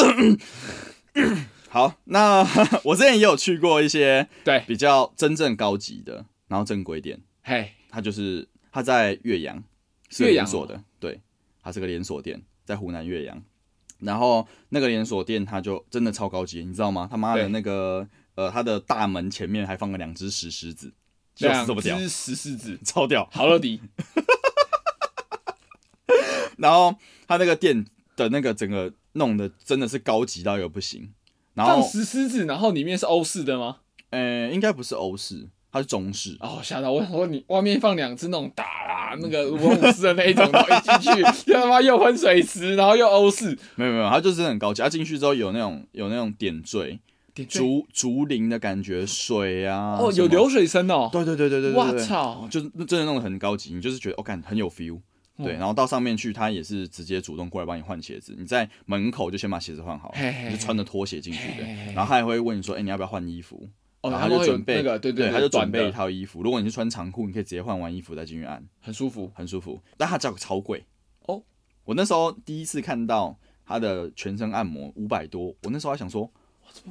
A: <coughs> 好，那 <laughs> 我之前也有去过一些
B: 对，
A: 比较真正高级的，然后正规店，
B: 嘿，
A: 它就是它在岳阳，是个
B: 岳阳哦
A: 连锁的，对，它是个连锁店，在湖南岳阳。然后那个连锁店，它就真的超高级，你知道吗？他妈的
B: 对
A: 那个呃，它的大门前面还放了两只石狮子，就
B: 两
A: 是这么屌，
B: 只十四指，
A: 超屌。
B: 好乐迪。
A: 然后它那个店的那个整个弄的真的是高级到一个不行。然
B: 放
A: 后
B: 石狮子，然后里面是欧式的吗？
A: 呃，应该不是欧式，它是中式。
B: 哦，吓到我！想说你外面放两只那种打啦，那个舞龙舞狮的那一种，然后一进 <laughs> 去，又他妈又喷水池，然后又欧式，
A: 没有没有，它就是很高级。它进去之后有那种有那种点缀，
B: 点缀
A: 竹竹林的感觉，水啊，
B: 哦，
A: 什
B: 有
A: 么
B: 流水声哦。
A: 对对对对对对，
B: 哇
A: 对
B: 操！
A: 就是真的弄得很高级，你就是觉得哦，感很有 feel。对，
B: 嗯
A: 然后到上面去，他也是直接主动过来帮你换鞋子。你在门口就先把鞋子换好，
B: 嘿嘿嘿
A: 你就穿着拖鞋进去的
B: 嘿嘿。嘿
A: 然后他还会问你说：“哎、你要不要换衣服？”然
B: 哦，然
A: 后
B: 后
A: 他就
B: 会有
A: 准备
B: 那个，对
A: 对，他
B: 对，
A: 就
B: 短
A: 准备一
B: 的，
A: 套衣服。如果你是穿长裤，你可以直接换完衣服再进去按，
B: 很舒服。
A: 很舒服。但他价格超贵
B: 哦。
A: 我那时候第一次看到他的全身按摩五百多，我那时候还想说：“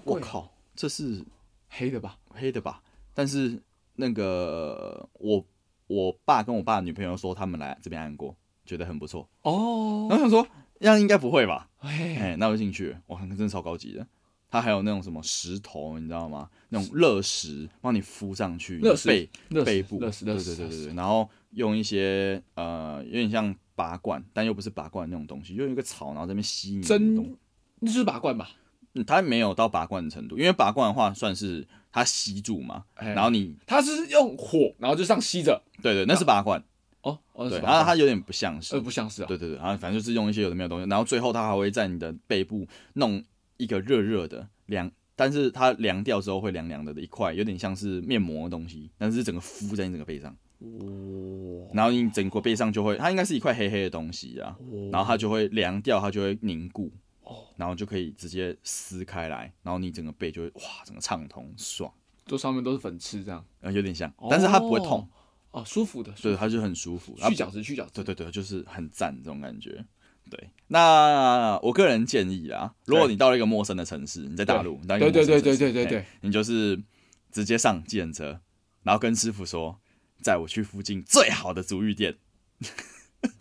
A: 我
B: 贵
A: 靠，这是
B: 黑的吧？
A: 黑的吧？但是那个我我爸跟我爸的女朋友说他们来这边按过，觉得很不错。
B: 哦
A: 然，后想说那样应该不会吧？
B: 哎，
A: 哎、那我就进去了，哇，真的超高级的。它还有那种什么石头，你知道吗？那种热石帮你敷上去，
B: 热石
A: 背
B: 热
A: 背部，
B: 热死
A: 对
B: 热
A: 对
B: 死，
A: 对对
B: 热死
A: 对。然后用一些呃，有点像拔罐，但又不是拔罐那种东西，用一个草，然后在那边吸你的东
B: 真，那就是拔罐吧？
A: 嗯它没有到拔罐的程度，因为拔罐的话算是它吸住嘛，
B: 哎
A: 然后你
B: 它是用火，然后就上吸着，
A: 对对，那是拔罐。
B: 哦哦，
A: 对，
B: 是吧
A: 它它有点不像是
B: 呃，不像是啊，
A: 对对对，然后反正就是用一些有的没有的东西，然后最后它还会在你的背部弄一个热热的凉，但是它凉掉之后会凉凉的的一块，有点像是面膜的东西，但是整个敷在你整个背上，
B: 哇，
A: 然后你整个背上就会，它应该是一块黑黑的东西啊，然后它就会凉掉，它就会凝固
B: 哦，
A: 然后就可以直接撕开来，然后你整个背就会哇，整个畅通爽，
B: 就上面都是粉刺这样，
A: 呃，有点像， <laughs> 但是它不会痛，
B: 哦，哦，舒服的，舒
A: 对，
B: 服
A: 它就很舒服，然后
B: 去角质，去角质，
A: 对对对，就是很赞这种感觉。对，那我个人建议啦，如果你到了一个陌生的城市，你在大陆，你到一个
B: 对
A: 陌
B: 对对
A: 生的
B: 对
A: 城市
B: 对对，对
A: 嘿，你就是直接上计程车，然后跟师傅说，载我去附近最好的足浴店，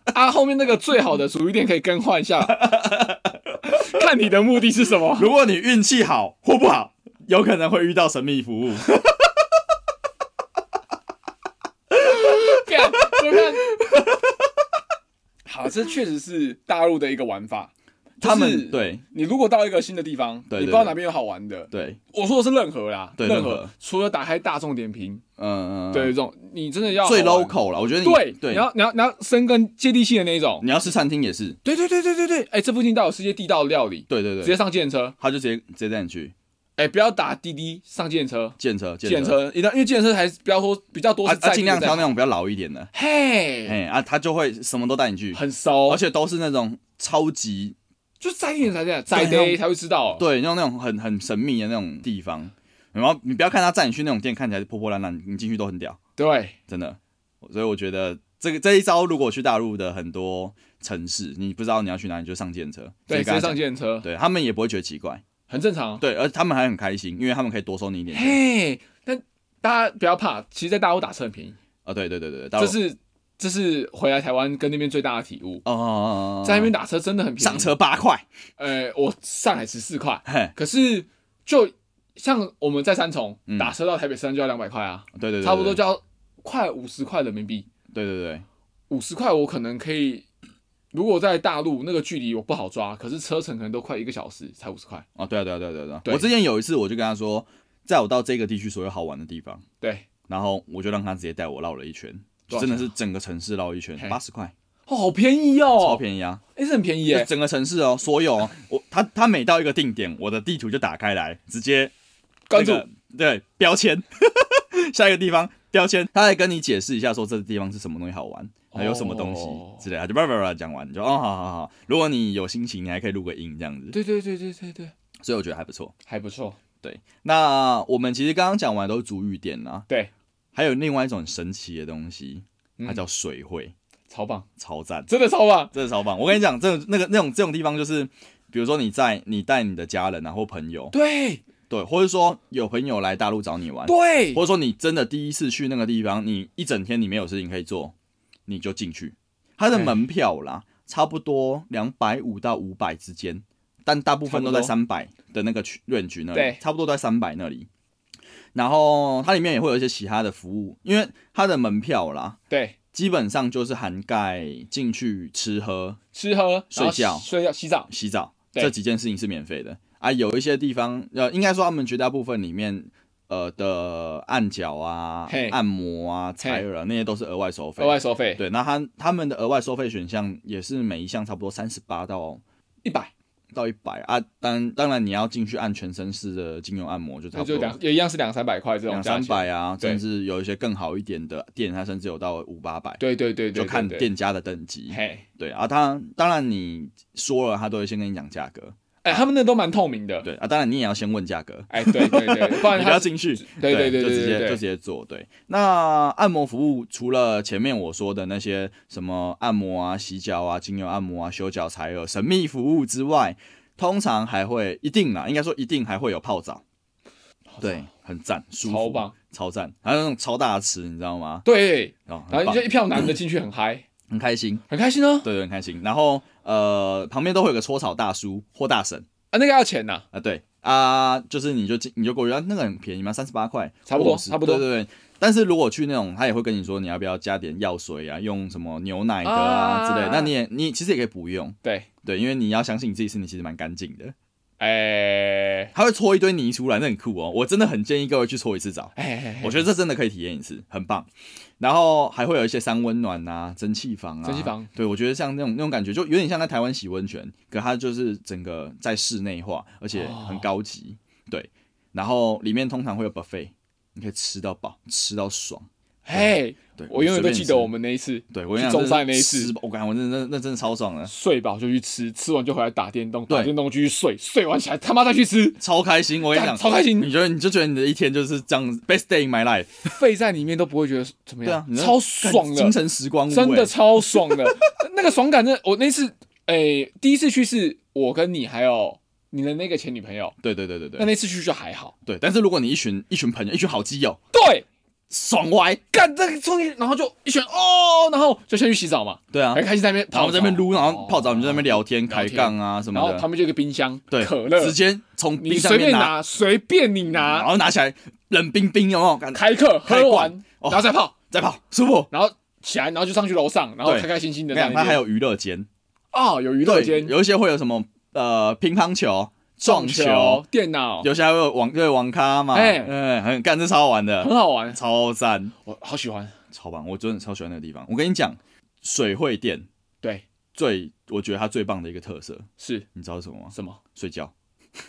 B: 啊，后面那个
A: <laughs>
B: 最好的主浴店可以更换一下，看你的目的是什么。
A: 如果你运气好或不好，有可能会遇到神秘服
B: <laughs>
A: 务。
B: 干就看，好，这确实是大陆的一个玩法。
A: 他
B: 就是
A: 们对
B: 你如果到一个新的地方，
A: 对
B: 你不知道哪边有好玩的，
A: 对，
B: 我说的是任何啦，
A: 对
B: 任
A: 任
B: 何
A: 何，
B: 除了打开大众点评，
A: 嗯嗯，
B: 对
A: 嗯
B: 这种，你真的要
A: 最
B: 好玩
A: local 了，我觉得你
B: 对，
A: 对，
B: 你要你要你要深耕接地气的那一种。
A: 你要吃餐厅也是，
B: 对对对对对对，哎，这附近到有世界地道的料理，
A: 对对
B: 直
A: 对
B: 接，上计程车，
A: 他就直接直接带你去
B: 哎，不要打滴滴，上计程车，
A: 建车
B: 计
A: 建
B: 程，车，一定要因为计程车还是比较多比较多
A: 啊
B: 是在
A: 啊，尽量
B: 地的
A: 挑那种比较老一点的。
B: 嘿，
A: 哎、啊，他就会什么都带你去，
B: 很骚
A: 而，且都是那种超级
B: 就是在地人才这样，在
A: 对那
B: 地
A: 种
B: 才会知道。
A: 对，那种那种很很神秘的那种地方。然后你不要看他载你去那种店，看起来破破烂烂，你进去都很屌，
B: 对，
A: 真的。所以我觉得这个这一招，如果去大陆的很多城市，你不知道你要去哪里，就上电车，
B: 对，
A: 直接跟
B: 直接
A: 他
B: 上
A: 讲
B: 计程车，
A: 对他们也不会觉得奇怪，
B: 很正常。啊
A: 对，而他们还很开心，因为他们可以多收你一点钱。
B: 嘿，但大家不要怕，其实，在大陆打车很便宜，
A: 啊，对对对对，大陆
B: 这是这是回来台湾跟那边最大的体悟，
A: 哦哦哦哦，哦
B: 在那边打车真的很便宜。
A: 上，车八块，
B: 呃，我上海十四块，
A: 嘿，
B: 可是就像我们在三重
A: 嗯
B: 打车到台北山就要两百块啊，
A: 对对对对，
B: 差不多就要快五十块人民币，
A: 对对对，
B: 五十块我可能可以。如果在大陆那个距离我不好抓，可是车程可能都快一个小时，才五十块。
A: 哦，对啊，对啊，对啊，对啊对啊！
B: 对
A: 我之前有一次，我就跟他说，载我到这个地区所有好玩的地方，
B: 对，
A: 然后我就让他直接带我绕了一圈，
B: 多
A: 真
B: 少钱啊
A: 的是整个城市绕一圈
B: 嘿，
A: 八十块，
B: 哦，好便宜哦，
A: 超便宜啊！
B: 宜，哎、这很便宜
A: 就
B: 耶。
A: 整个城市哦，所有哦， <laughs> 我他他每到一个定点，我的地图就打开来，直接
B: 关注
A: 那个对标签， <laughs> 下一个地方标签，他还跟你解释一下说这个地方是什么东西好玩。还有什么东西
B: 哦
A: 之类的，就叭叭叭讲完，你就哦，好好好。如果你有心情，你还可以录个音这样子，
B: 对对对对对对，
A: 所以我觉得还不错。
B: 还不错。
A: 对，那我们其实刚刚讲完都是足浴点啦，
B: 对，
A: 还有另外一种很神奇的东西，
B: 嗯
A: 它叫水会，
B: 超棒，
A: 超赞，
B: 真的超棒。
A: 真的超棒。我跟你讲，这种那个那种这种地方就是，比如说你在你带你的家人啊或朋友，
B: 对
A: 对，或者说有朋友来大陆找你玩，
B: 对
A: 或，者说你真的第一次去那个地方，你一整天你没有事情可以做，你就进去。它的
B: 哎
A: 门票啦，差不多两百五到五百之间，但大部分都在
B: 差
A: 三百的那个区 range 那
B: 对
A: 里，差不多都在三百那里。然后它里面也会有一些其他的服务，因为它的门票啦，
B: 对，
A: 基本上就是涵盖进去吃喝、
B: 吃喝、
A: 睡觉
B: 然后洗睡觉、洗澡，
A: 洗澡
B: 对
A: 这几件事情是免费的啊。有一些地方，呃，应该说他们绝大部分里面，呃的按脚啊
B: 嘿、
A: 按摩啊、采耳啊，那些都是额外收费
B: 额。外收费
A: 对，那他他们的额外收费选项也是每一项差不多三十八到
B: 一百，
A: 到一百啊。当当然你要进去按全身式的精油按摩，就差
B: 那
A: 不
B: 就
A: 多
B: 两也一样是两三百块这种
A: 两
B: 价
A: 三
B: 钱。
A: 百啊，
B: 对
A: 甚至有一些更好一点的店，它甚至有到五八百，
B: 对对对对，
A: 就看
B: 对。
A: 店家的等级
B: 对。嘿，
A: 对啊，他当然你说了，他都会先跟你讲价格。
B: 哎，他们那都蛮透明的。
A: 对啊，当然你也要先问价格，
B: 哎，对对对，不然
A: 你不要
B: 他
A: 进去，
B: 对对对
A: 就直
B: 对
A: 接
B: 对
A: 就直
B: 对，
A: 接做。对，那按摩服务除了前面我说的那些什么按摩啊、洗脚啊、精油按摩啊、修脚、采耳、神秘服务之外，通常还会一定啦，应该说一定还会有泡澡，对，很赞，舒服，
B: 超，棒。
A: 超赞，还有那种超大的池，你知道吗？
B: 对，
A: 哦，很
B: 然后
A: 棒
B: 就，一票男的进去很嗨，
A: 很开心，
B: 很开心哦。
A: 对，很开心。然后呃，旁边都会有个搓澡大叔或大婶。
B: 啊，那个要钱呐，
A: 啊，对啊，就是你就进你就过去，啊，那个很便宜嘛，三十八块，
B: 差不多
A: 或者是
B: 差不多
A: 对对对。但是如果去那种，他也会跟你说你要不要加点药水啊，用什么牛奶的啊
B: 啊
A: 之类的，那你也你其实也可以不用，
B: 对，
A: 对，因为你要相信你自己身体其实蛮干净的，
B: 哎
A: 它会搓一堆泥出来，那很酷哦。我真的很建议各位去搓一次澡，
B: 哎，
A: 我觉得这真的可以体验一
B: <laughs>
A: 次，很棒。然后还会有一些三温暖啊、蒸汽房啊、
B: 蒸汽房，
A: 对我觉得像那种那种感觉，就有点像在台湾洗温泉，可它就是整个在室内化，而且很高级。
B: 哦
A: 对，然后里面通常会有 buffet，你可以吃到饱，吃到爽。
B: 嘿，
A: 对，
B: 我永远都记得我
A: 们，
B: 们那一次
A: 对我跟
B: 去
A: 你讲
B: 中山
A: 真
B: 那
A: 的
B: 一
A: 是吃
B: 次，
A: 饱，我感觉我真的那那真的超爽的，
B: 睡饱就去吃，吃完就回来打电动，
A: 对
B: 打电动继续睡，睡完起来他妈再去吃，
A: 超开心。我跟你
B: 干
A: 讲，
B: 超开心，
A: 你觉得你就觉得你的一天就是这样，best day in my life。
B: 废在里面都不会觉得怎么
A: 对啊
B: 样，，
A: 你那
B: 超
A: 干
B: 爽的
A: 精，神时光屋、
B: 真的
A: 欸
B: 超爽的， <laughs> 那个爽感真的，我那次诶、第一次去是我跟你还有你的那个前女朋友，
A: 对对对对
B: 那
A: 对
B: 那次去就还好，
A: 对。但是如果你一群一群朋友，一群好基友，
B: 对，
A: 爽歪。
B: 干这个冲进去，然后就一拳哦，然后就先去洗澡嘛，
A: 对啊
B: 还，开始在那边
A: 然后
B: 泡澡，
A: 在那边撸，然后泡澡，
B: 哎哦
A: 你就在那边聊天、
B: 聊
A: 开
B: 天
A: 杠啊什
B: 然
A: 么
B: 后
A: 的。
B: 旁边就有一个冰箱，
A: 对，
B: 可乐
A: 直，接从
B: 你
A: 冰箱
B: 随
A: 里面
B: 便
A: 拿，
B: 拿，随便你
A: 然
B: 拿，
A: 后拿起来冷冰冰，有没有？感
B: 开课
A: 开罐
B: 喝完，
A: 哦
B: 然后再泡，
A: 再跑，舒服。
B: 然后起来，然后就上去楼上，然后
A: 对
B: 开开心心的
A: 你
B: 在
A: 看，
B: 那
A: 它还
B: 边。
A: 有娱乐间，
B: 哦，有娱乐
A: 对，
B: 间、
A: 有一些会有什么呃乒乓球、撞球，、
B: 电脑，
A: 有些还会有网对网咖嘛，
B: 哎
A: 嗯，很干，这超好玩的，
B: 很好玩，
A: 超赞。
B: 我好喜欢。
A: 超棒，我真的超喜欢那个地方。我跟你讲，水会店
B: 对，
A: 最，我觉得它最棒的一个特色，
B: 是
A: 你知道是什么吗？
B: 什么？
A: 睡觉， <laughs>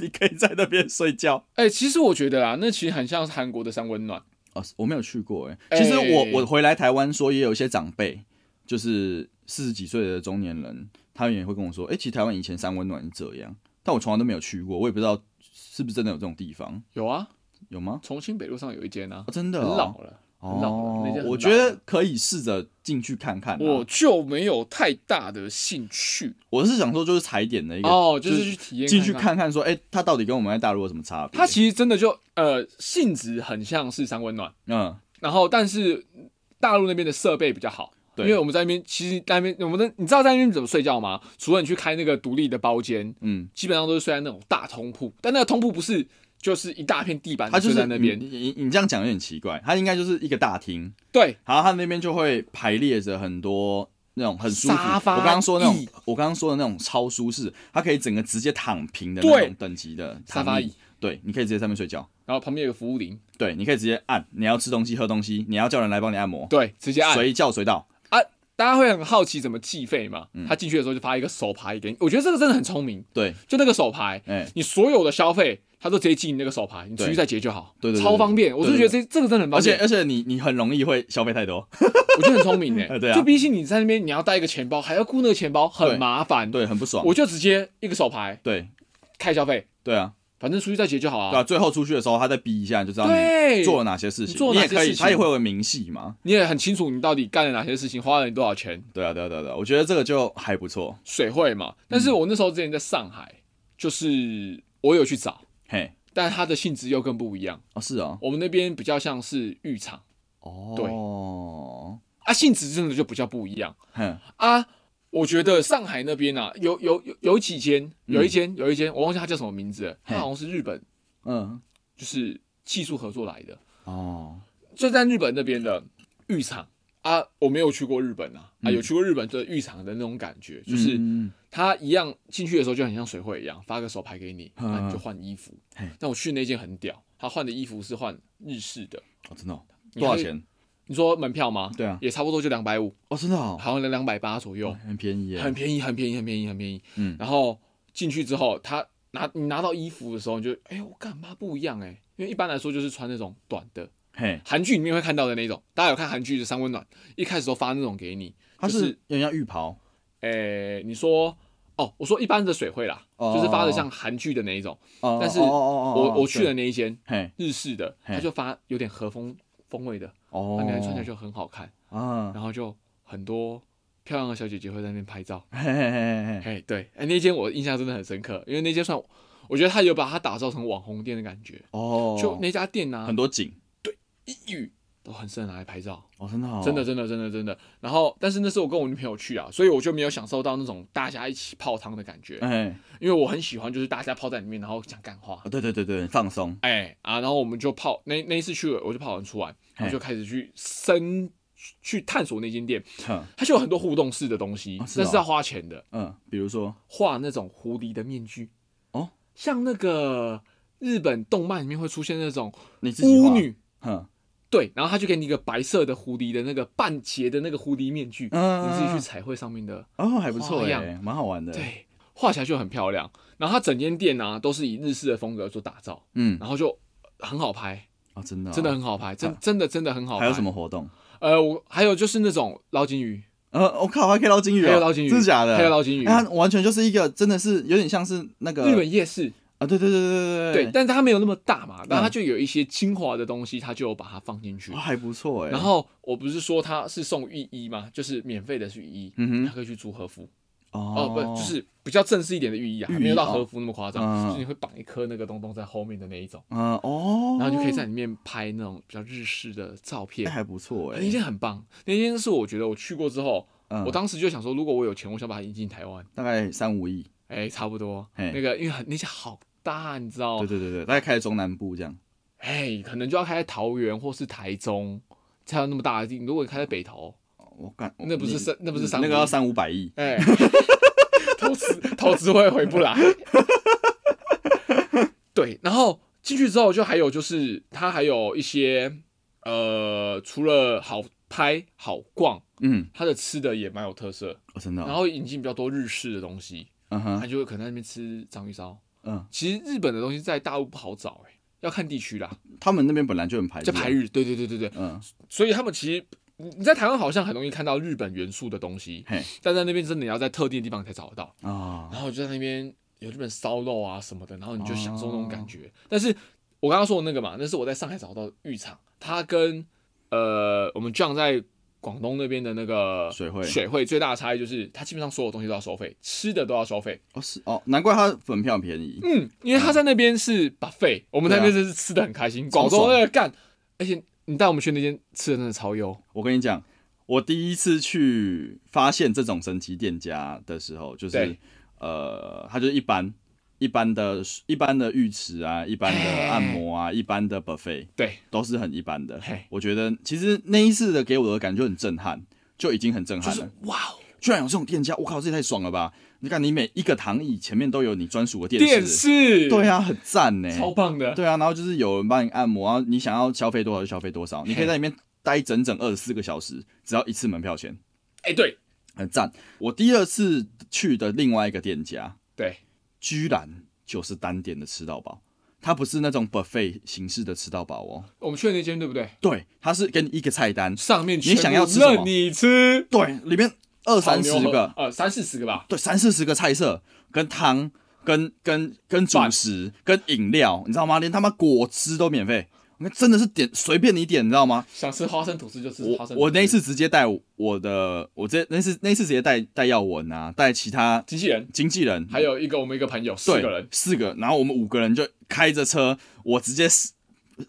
A: 你可以在那边睡觉。
B: 哎、其实我觉得啊，那其实很像是韩国的三温暖。
A: 哦，我没有去过哎、
B: 哎
A: 其实我、我回来台湾说，也有一些长辈，就是四十几岁的中年人，他们也会跟我说，哎、其实台湾以前三温暖是这样，但我从来都没有去过，我也不知道是不是真的有这种地方，
B: 有啊，
A: 有吗？
B: 重庆北路上有一间啊
A: 哦、，真的、
B: 很
A: 哦，
B: 老了。很老了那间很
A: 我
B: 老
A: 觉得可以试着进去看看、啊。
B: 我
A: 我
B: 就没有太大的兴趣
A: 我是想说，就是踩点的一个
B: 哦，就是去体验
A: 进去。看看，说，哎、它到底跟我们在大陆有什么差别？
B: 它其实真的就呃性质很像是三温暖，
A: 嗯，
B: 然后但是大陆那边的设备比较好，
A: 对
B: 因为我们在那边其实在那边我们的你知道在那边怎么睡觉吗？除了你去开那个独立的包间，
A: 嗯，
B: 基本上都是睡在那种大通铺，但那个通铺不是就是一大片地板，
A: 它就是嗯
B: 你睡在那边，
A: 你你你这样讲有点奇怪，它应该就是一个大厅，
B: 对，
A: 然后它那边就会排列着很多那种很舒服。
B: 沙发
A: 我刚刚说那种
B: 椅，
A: 我刚刚说的那种超舒适，它可以整个直接躺平的那
B: 对
A: 种等级的
B: 沙发
A: 躺
B: 椅，
A: 对，你可以直接在上面睡觉，
B: 然后旁边有个服务铃，
A: 对，你可以直接按，你要吃东西喝东西，你要叫人来帮你按摩，
B: 对，直接按，
A: 随叫随到，
B: 大家会很好奇怎么计费嘛？
A: 嗯
B: 他进去的时候就发一个手牌给你，我觉得这个真的很聪明。
A: 对，
B: 就那个手牌，
A: 哎、
B: 你所有的消费，他都直接记你那个手牌，你出去
A: 对
B: 再结就好，
A: 对对对
B: 超方便。我是觉得
A: 对
B: 这这个真的很
A: 而
B: 方
A: 且
B: 便，
A: 而且你你很容易会消费太多，
B: 我觉得很聪明
A: 呃
B: 诶。
A: <laughs> 对啊
B: 就比起你在那边你要带一个钱包，还要顾那个钱包，很
A: 对
B: 麻烦。
A: 对，很不爽，
B: 我就直接一个手牌
A: 对
B: 开消费，
A: 对啊，
B: 反正出去再结就好
A: 对啊，
B: 啊。
A: 最后出去的时候，他再逼一下，你就知道
B: 对
A: 你做了哪些事情。
B: 你做了
A: 你
B: 哪
A: 也
B: 些
A: 可以，
B: 事情
A: 他也会有明细嘛。
B: 你也很清楚你到底干了哪些事情，花了你多少钱，
A: 对啊，对啊，对啊，对啊我觉得这个就还不错。
B: 水会嘛。
A: 嗯
B: 但是我那时候之前在上海，就是我有去找，
A: 嘿，
B: 但它的性质又更不一样。
A: 哦，是哦，
B: 我们那边比较像是浴场
A: 哦，
B: 啊，性质真的就比较不一样
A: 对，哼，
B: 啊。我觉得上海那边啊，有有有有几间，有一间有一间，我忘记它叫什么名字了，它
A: 嗯嘿
B: 好像是日本
A: 嗯，
B: 就是技术合作来的，
A: 哦，
B: 就在日本那边的浴场啊，我没有去过日本啊，啊，有去过日本的浴场的那种感觉，就是
A: 嗯
B: 它一样进去的时候就很像水会一样，发个手牌给你，啊，你就换衣服
A: 嗯嘿。
B: 但我去那间很屌，他换的衣服是换日式的，
A: 哦，真的哦，
B: 你
A: 多少
B: 可以
A: 钱？
B: 你说门票吗？
A: 对啊
B: 也差不多就两百五，
A: 哦，真的哦，
B: 好像两百八左右，
A: 很便宜耶
B: 很。便宜，很便宜，很便宜，很便宜。
A: 嗯
B: 然后进去之后，他拿你拿到衣服的时候，你就哎呦，干嘛不一样哎、因为一般来说就是穿那种短的，
A: 嘿，
B: 韩剧里面会看到的那种。大家有看韩剧的三温暖，一开始都发那种给你，
A: 它
B: 就是
A: 是有点像浴袍，
B: 哎、你说哦，我说一般的水会啦，
A: 哦
B: 就是发的像韩剧的那一种。
A: 哦
B: 但是
A: 哦哦哦哦
B: 我我去
A: 对
B: 的那一间
A: 嘿，
B: 日式的，
A: 嘿
B: 他就发有点和风风味的，
A: 哦
B: 那，你穿起来就很好看，
A: 啊，
B: 然后就很多漂亮的小姐姐会在那边拍照。
A: <laughs> 嘿嘿嘿嘿嘿，
B: 哎，对，哎，那间我印象真的很深刻，因为那间算，我觉得他有把它打造成网红店的感觉。
A: 哦，
B: 就那家店呢、
A: 很多景，
B: 一语都很适合拿来拍照，
A: 哦，真的哦，
B: 真的，真的，真的，真的。然后，但是那是我跟我女朋友去啊，所以我就没有享受到那种大家一起泡汤的感觉，
A: 哎，
B: 因为我很喜欢就是大家泡在里面，然后讲干话
A: 哦。对对对对，放松，
B: 哎啊，然后我们就泡那那一次去了，我就泡完出来，然后
A: 嘿
B: 就开始去深去探索那间店，
A: 哼，
B: 它就有很多互动式的东西，
A: 哦是
B: 但
A: 哦
B: 是要花钱的，
A: 嗯，比如说，
B: 画那种狐狸的面具。
A: 哦
B: 像那个日本动漫里面会出现那种
A: 你自己
B: 巫
A: 画，
B: 女，
A: 哼，
B: 对，然后他就给你一个白色的狐狸的那个半截的那个狐狸面具，
A: 嗯
B: 你自己去彩绘上面的，
A: 哦，还不错
B: 花
A: 哎、
B: 样
A: 蛮好玩的。，
B: 对，画起来就很漂亮。然后它整间店呢、啊、都是以日式的风格做打造，
A: 嗯，
B: 然后就很好拍，
A: 啊，真的、
B: 真的，很好拍，真真的真的很好
A: 嗯
B: 拍。
A: 还有什？么活动？
B: 呃，我还有就是那种捞金鱼，
A: 呃，我、靠，还可以捞金鱼、哦，
B: 还有捞金鱼，
A: 真的假的？
B: 还有捞金鱼，
A: 哎它完全就是一个，真的是有点像是那个
B: 嗯日本夜市，
A: 啊，对对对对嗯
B: 对，
A: 对
B: 但是它没有那么大嘛，然后它就有一些精华的东西，它就有把它放进去
A: 哦、。还不错哎、
B: 然，后我不是说它是送浴衣吗？就是免费的是浴衣，
A: 嗯
B: 它
A: 哼，
B: 可以去租和服。
A: 哦
B: 哦，不，就是比较正式一点的浴衣啊，
A: 浴衣
B: 没有到和服那么夸
A: 哦
B: 张，
A: 嗯
B: 就是你会绑一颗那个东东在后面的那一种，
A: 嗯哦，
B: 然后就可以在里面拍那种比较日式的照
A: 那、
B: 片。
A: 还不错哎、
B: 那间很棒，那间是我觉得我去过之后，
A: 嗯，
B: 哎我当时就想说，如果我有钱，我想把它引进台湾。
A: 大概三五亿，
B: 哎，差不多，
A: 嘿
B: 那个因为很那些好大，你知道
A: 对，对对对，大概开在中南部这样，
B: 哎，可能就要开在桃园或是台中，才有那么大的地。如果开在北投，
A: 哦我干，
B: 那不是
A: 你
B: 三那不是三
A: 那
B: 五
A: 个要
B: 亿
A: 三五百亿， <laughs>
B: 哎，投资投资会回不来。对，然后进去之后就还有就是它还有一些呃，除了好拍好逛，
A: 嗯，
B: 它的吃的也蛮有特色，
A: 哦、真的、
B: 然
A: 哦，
B: 后引进比较多日式的东西，
A: 嗯
B: 它
A: 哼，
B: 就会可能在那边吃章鱼烧。
A: 嗯，
B: 其实日本的东西在大陆不好找、哎，要看地区啦，
A: 他们那边本来就很排斥
B: 就
A: 啊，
B: 排日。对对对对对，
A: 嗯，
B: 所以他们其实你你在台湾好像很容易看到日本元素的东西
A: 嘿，
B: 但在那边真的你要在特定的地方才找得到。
A: 啊、
B: 然后就在那边有日本烧肉啊什么的，然后你就享受那种
A: 哦
B: 感觉。但是我刚刚说的那个嘛，那是我在上海找到的浴场，它跟呃我们 John 在广东那边的那个
A: 水会
B: 水会最大的差异就是，它基本上所有东西都要收费，吃的都要收费。
A: 哦是哦，难怪他门票便宜，
B: 嗯，因为他在那边是 buffet，我们在那边真是吃的很开心。
A: 啊超
B: 广
A: 爽
B: 州那个干，而且你带我们去那间吃的真的超优，
A: 我跟你讲，我第一次去发现这种神奇店家的时候，就是
B: 对
A: 呃，它就是一般一般的、一般的浴池啊，一般的
B: 嘿
A: 按摩啊，一般的 buffet
B: 对，
A: 都是很一般的
B: 嘿。
A: 我觉得其实那一次的给我的感觉很震撼，就已经很震
B: 就
A: 撼
B: 是
A: 了。
B: 哇哦，
A: 居然有这种店家，我靠，这也太爽了吧！你看，你每一个躺椅前面都有你专属的电视，
B: 电视，
A: 对啊，很赞呢、
B: 超棒 <laughs> 的，
A: 对啊，然后就是有人帮你按摩，然后你想要消费多少就消费多少，你可以在里面待整整二十四个小时，只要一次门票钱，
B: 哎对
A: 很赞。我第二次去的另外一个店家，
B: 对，
A: 居然就是单点的吃到饱，它不是那种 buffet 形式的吃到饱哦，
B: 我们去的那间对不对？
A: 对，它是给你一个菜单，
B: 上面
A: 你想要吃什么
B: 任你吃，
A: 对，里面二
B: 炒
A: 三
B: 牛
A: 十
B: 河
A: 个，
B: 呃，三四十个吧。
A: 对，三四十个菜色跟汤。跟跟跟主
B: 饭
A: 食、跟饮料，你知道吗？连他妈果汁都免费，我看真的是点随便你点，你知道吗？
B: 想吃花生吐司就吃花
A: 我
B: 生吐司
A: 我那次直接带我的，我这那次那次直接带带耀文啊，带其他
B: 经纪人，
A: 经纪人，
B: 还有一个我们一个朋友，四
A: 对
B: 个人，
A: 四个，然后我们五个人就开着车，我直接是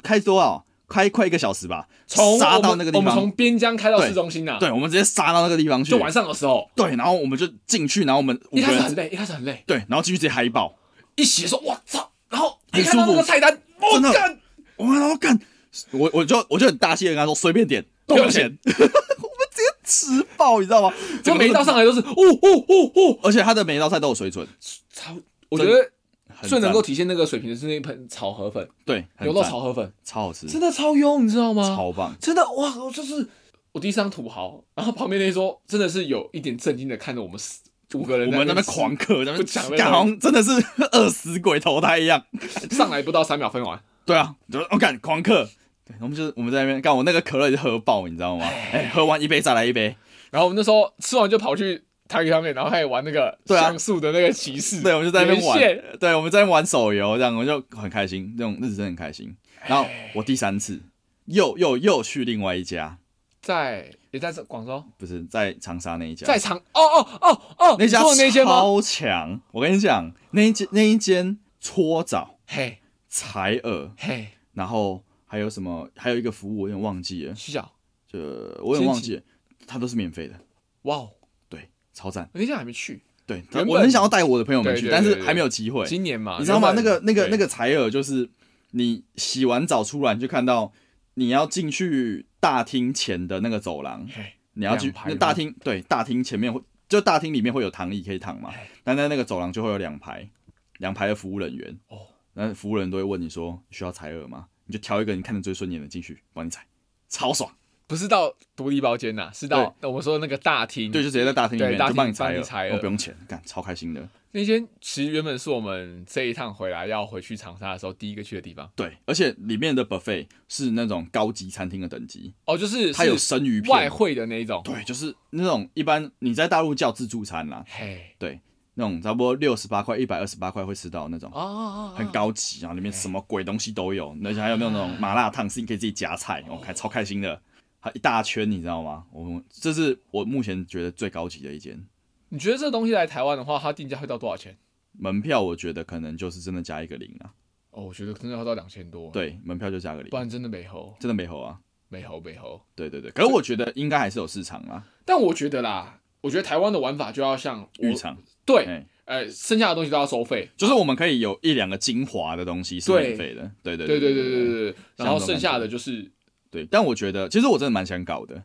A: 开多少？开快一个小时吧，
B: 从
A: 杀
B: 我
A: 到
B: 们
A: 那个地
B: 我们
A: 方
B: 从，边疆开到
A: 对
B: 市中心呐，啊
A: 对，我们直接杀到那个地方去
B: 就，晚上的时候，
A: 对，然后我们就进去，然后我们五
B: 一
A: 个
B: 开始很
A: 人，
B: 累，一开始很累，
A: 对，然后继续直接嗨爆，
B: 一洗的时候，我操，然后
A: 很
B: 一看到
A: 舒服
B: 那个菜单，我
A: 真的
B: 干，
A: 我们然后干，我我就我就很大气的跟他说随便点，都
B: 不要
A: 有钱， <laughs> 我们直接吃爆，你知道吗？
B: 就
A: 整个
B: 每一
A: 都
B: 道上来都是，哦哦哦哦，
A: 而且他的每一道菜都有水准，
B: 超，我觉
A: 真
B: 得
A: 很
B: 最能
A: 赞
B: 够体现那个水平的是那一盆炒河粉，
A: 对，很
B: 牛肉
A: 赞
B: 炒河粉，
A: 超好吃，
B: 真的超优，你知道吗？
A: 超棒。
B: 真的哇，我就是我第一张土豪，然后旁边那一桌真的是有一点震惊的看着我们四五个人，
A: 我们那边
B: 吃
A: 狂咳，那
B: 不讲
A: 边
B: 了
A: 干好像真的是 <laughs> 饿死鬼投胎一样。
B: 哎上来不到三秒分完，
A: 对啊，就我干狂咳，对，我们就是我们在那边干，我那个可乐就喝爆，你知道吗？哎，喝完一杯再来一杯。
B: 然后我们那时候吃完就跑去台语上面，然后开始玩那个
A: 对啊
B: 像素的那个骑士，
A: 对，我们就在那边
B: 连线
A: 玩，对，我们在那边玩手游，这样我们就很开心，这种日子真的很开心。然后
B: 哎
A: 我第三次又又又去另外一家，
B: 在也在广州，
A: 不是在长沙那一家，
B: 在长哦哦哦哦，
A: 那家
B: 你说的那间吗？
A: 超强。我跟你讲，那一间那一间搓澡、
B: 嘿
A: 采耳，
B: 嘿，
A: 然后还有什么？还有一个服务我有点忘记了，
B: 洗脚，
A: 就我有点忘记了，它都是免费的，
B: 哇哦，
A: 对，超赞。
B: 我那家还没去，
A: 对，
B: 原本
A: 我很想要带我的朋友们去，
B: 对对
A: 但
B: 对
A: 是
B: 对对
A: 还没有机会，
B: 今年嘛，
A: 你知道吗？那
B: 原
A: 个
B: 本
A: 那个那，
B: 对
A: 个采耳就是你洗完澡出来，你就看到你要进去大厅前的那个走廊，
B: 嘿
A: 你要去
B: 两排
A: 那
B: 吗
A: 大厅，
B: 哎
A: 对，大厅前面会就大厅里面会有躺椅可以躺嘛，但在那个走廊就会有两排，两排的服务人员
B: 哦，
A: 那服务人都会问你说需要采耳吗？你就挑一个你看着最顺眼的进去，帮你采，超爽。
B: 不是到独立包间呐、是到我说的那个大厅。
A: 对，就直接在大厅里面
B: 嗯对大
A: 就
B: 厅
A: 帮你
B: 帮
A: 采
B: 你
A: 耳，
B: 采
A: 哦，
B: 耳
A: 不用钱，干超开心的。
B: 那间其实原本是我们这一趟回来要回去长沙的时候第一个去的地方。
A: 对，而且里面的 buffet 是那种高级餐厅的等级，
B: 哦，就是
A: 它有
B: 是
A: 生鱼
B: 外
A: 片，
B: 汇的那一种。
A: 对，就是那种一般你在大陆叫自助餐啦，
B: 嘿，
A: 那种差不多六十八块、一百二十八块会吃到的那种，
B: 哦哦，哦
A: 啊很。高级，啊然后里面什么鬼东西都有，而且还有那
B: 嗯
A: 种麻辣烫是你可以自己夹菜，我看超开心的，还一大圈，你知道吗？我这是我目前觉得最高级的一间。
B: 你觉得这东西来台湾的话，它定价会到多少钱？
A: 门票我觉得可能就是真的加一个零啊，
B: 哦，我觉得真的要到两千多。，
A: 对，门票就加个零
B: 不，然真的没猴，
A: 真的没有啊，
B: 没猴，没猴。
A: 对对对，可是我觉得应该还是有市场啊，
B: 但我觉得啦，我觉得台湾的玩法就要像我
A: 浴场，
B: 对，
A: 哎，
B: 呃，剩下的东西都要收费。
A: 就是我们可以有一两个精华的东西是
B: 对
A: 免费的，对对
B: 对对
A: 对
B: 对对
A: 对
B: 对对，然
A: 像这
B: 后
A: 种
B: 剩下
A: 感觉
B: 的就是
A: 对，但我觉得其实我真的蛮想搞的，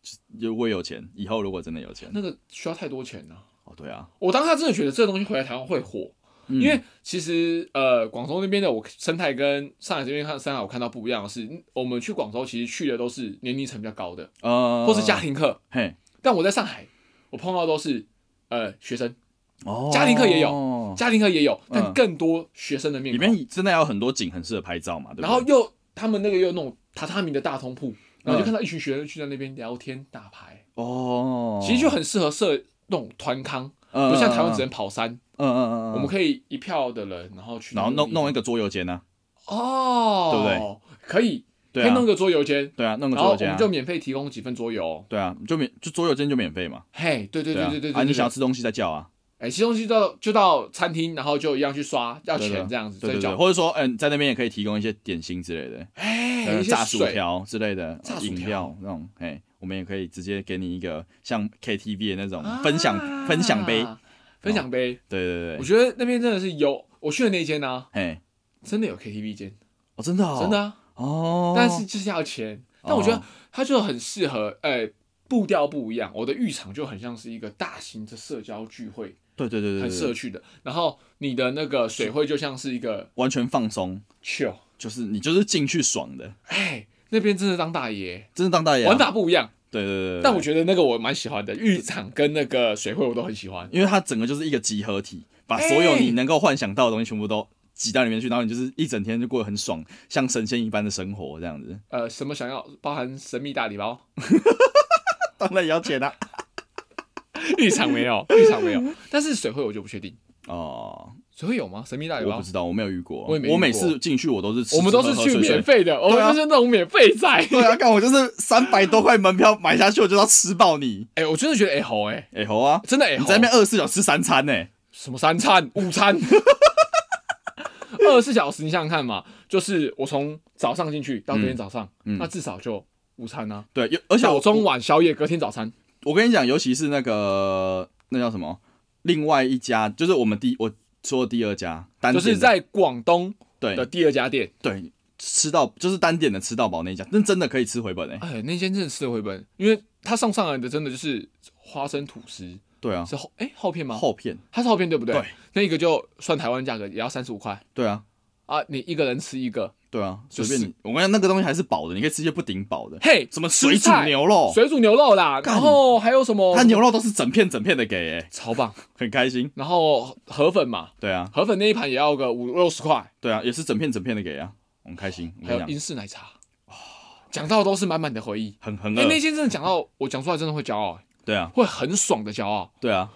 A: 就是如果有钱，以后如果真的有钱，
B: 那个需要太多钱了、
A: 哦对啊，
B: 我当下真的觉得这个东西回来台湾会火，
A: 嗯
B: 因为其实呃，广州那边的我生态跟上海这边看生态我看到不一样的是，我们去广州其实去的都是年龄层比较高的，
A: 呃，
B: 或是家庭课，
A: 嘿，
B: 但我在上海我碰到都是呃学生，
A: 哦，
B: 家庭课也
A: 有，
B: 家庭课也有，但
A: 嗯
B: 更多学生的面
A: 里
B: 孔，
A: 面真的有很多景很适合拍照嘛，对不对？
B: 然后又他们那个又有那种榻榻米的大通
A: 嗯
B: 铺，然后就看到一群学生去在那边聊天打牌，
A: 哦，
B: 其实就很适合设那种团康，
A: 嗯
B: 不像台湾只能跑山，
A: 嗯嗯嗯，
B: 我们可以一票的人然后去
A: 然后
B: 那个地方，
A: 弄弄一个桌游间呢，
B: 哦，
A: 对不
B: 对？可以，
A: 对
B: 可以
A: 啊
B: 弄一个桌游间，
A: 对啊，弄个
B: 然后
A: 桌游
B: 我
A: 间
B: 们
A: 啊
B: 就，免费提供几份桌游。
A: 对啊，就免就桌游间就免费嘛，
B: 嘿，对对对
A: 啊
B: 对对
A: 啊，
B: 对，
A: 你
B: 对
A: 想要吃东西再叫啊，
B: 哎，吃东西到就到餐厅，然后就一样去刷，要
A: 对对
B: 钱这样子
A: 对
B: 再
A: 对对，
B: 交。
A: 或者说嗯，在那边也可以提供一些点心之类的，
B: 哎，
A: 呃
B: 有一些
A: 炸薯
B: 水，
A: 条之类的
B: 炸薯条
A: 饮料那种，哎，我们也可以直接给你一个像 KTV 的那种
B: 啊
A: 分享分享杯，，
B: 分享杯。
A: 对对
B: 我
A: 对，
B: 觉得那边真的是有，我去的那间呢，
A: 哎，
B: 真的有 KTV 间，
A: 哦，真的哦，
B: 真的啊，
A: 哦，
B: 但是就是要钱。但我觉得它就很适合，哎，步调不一样。我的浴场就很像是一个大型的社交聚会，
A: 对对对对
B: 很
A: 对
B: 社
A: 对，
B: 区的。然后你的那个水会就像是一个
A: 完全放松，
B: chill，
A: 就是你就是进去爽的，
B: 哎，那边真的当大爷，
A: 真的当大爷啊
B: 玩，法不一样，
A: 对对对对，
B: 但我觉得那个我蛮喜欢的，浴场跟那个水会我都很喜欢。
A: 因为它整个就是一个集合体，把所有你能够幻想到的东西全部都挤到里面去，然后你就是一整天就过得很爽，像神仙一般的生活这样子。
B: 呃，什么想要包含神秘大礼包，
A: <laughs> 当然也要啊钱啦、
B: 浴场没有，浴场没有，但是水会我就不确定，
A: <laughs> 哦，
B: 水会有吗？神秘大礼
A: 我不
B: 包？
A: 知道，我没有遇过，
B: 我也没遇过
A: 每次进去我都是吃
B: 我们都是
A: 吃喝
B: 去
A: 睡睡
B: 免。费的，我
A: 对啊
B: 们就是那种免费
A: <laughs>
B: 仔。
A: 对啊，看我就是三百多块门票买下去，我就要吃爆你！
B: 哎，我真的觉得哎好哎，
A: 哎、好啊，
B: 真的哎
A: 你
B: 好
A: 在，那边二十四小时吃三餐呢、欸
B: 什么三餐、
A: <laughs>
B: 午餐，二十四小时，你想想看嘛，就是我从早上进去到隔天早上，
A: 嗯
B: 那至少就午餐啊，
A: 对，有而且
B: 早
A: 我
B: 中晚宵夜，隔天早餐。
A: 我跟你讲，尤其是那个那叫什么，另外一家就是我们第我说的第二家，单
B: 就
A: 点的
B: 是在广东
A: 对
B: 的第二家店，
A: 对，吃到就是单点的吃到饱那一家，那真的可以吃回本哎、
B: 哎，那间真的吃了回本，因为它上上来的真的就是花生吐司，
A: 对啊，
B: 是厚哎厚片吗？
A: 厚片，
B: 它是厚片对不对？
A: 对，
B: 那个就算台湾价格也要三十五块
A: 对啊，
B: 啊，你一个人吃一个，
A: 对啊，随
B: 就是
A: 便你。我跟你讲，那个东西还是饱的，你可以吃一些不顶饱
B: <laughs>
A: 的，
B: 嘿，
A: 什么
B: 吃
A: 水煮
B: 菜
A: 牛肉，
B: 水煮牛肉啦，
A: 干
B: 然后还有什么？
A: 它牛肉都是整片整片的给、欸，
B: 超棒，
A: 很开心。
B: 然后河粉嘛，
A: 对啊，
B: 河粉那一盘也要个五六十块，
A: 对啊，也是整片整片的给啊，很开心。我
B: 还
A: 跟
B: 有
A: 你
B: 英
A: 讲，
B: 式奶茶，讲到都是满满的回忆。
A: 很很
B: 哎，
A: 饿
B: 那。间真的讲到我讲出来真的会骄傲，哎
A: 对啊，
B: 会很爽的骄傲。
A: 对啊，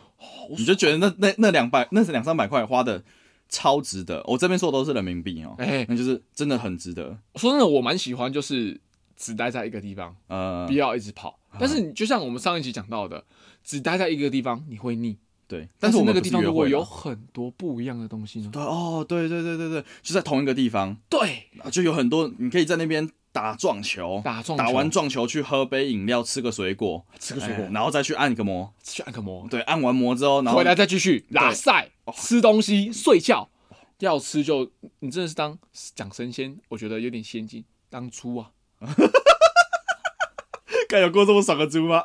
A: 你就觉得那那那两百那两三百块花的超值得。我这边说的都是人民币哦，
B: 哎，
A: 那就是真的很值得。
B: 说真的，我蛮喜欢，就是只待在一个地方，
A: 呃
B: 不，要一直跑。但是你就像我们上一集讲到的，只待在一个地方你会腻，
A: 对，
B: 但
A: 但是我
B: 那
A: 们
B: 个
A: 不
B: 地
A: 是
B: 方
A: 约
B: 如果
A: 会啊
B: 有
A: 啦
B: 很多不一样的东西呢？
A: 对哦，对对对对对，就在同一个地方。
B: 对，
A: 啊，就有很多你可以在那边打撞球，
B: 打撞球
A: 打完撞球去喝杯饮料，吃个水果，
B: 吃个水果
A: 哎，然后再去按个摩。
B: 去按个摩，
A: 对，按完摩之后，然后 <laughs>
B: 回来再继续拉塞，吃东西，睡觉。要吃就你真的是当讲神仙，我觉得有点先进。当初啊， <laughs>
A: 该有过这么爽的猪吗？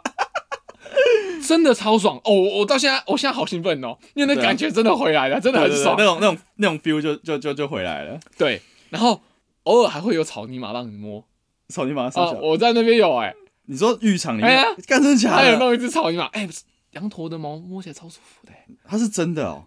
B: 真的超爽哦！我我到现在，我现在好兴奋哦，因为那
A: 对啊
B: 感觉真的回来了，真的很
A: 对对对
B: 爽。
A: 那种那种那种 feel 就就就就回来了。
B: 对，然后偶尔还会有草泥马让你摸
A: 草泥马上
B: 啊，
A: 小，
B: 我在那边有哎、
A: 你说浴场里
B: 哎
A: 面
B: 呀，
A: 干真的假
B: 还有
A: 的？
B: 弄一只草泥马，哎、羊驼的毛摸起来超舒服的、欸，
A: 它是真的哦。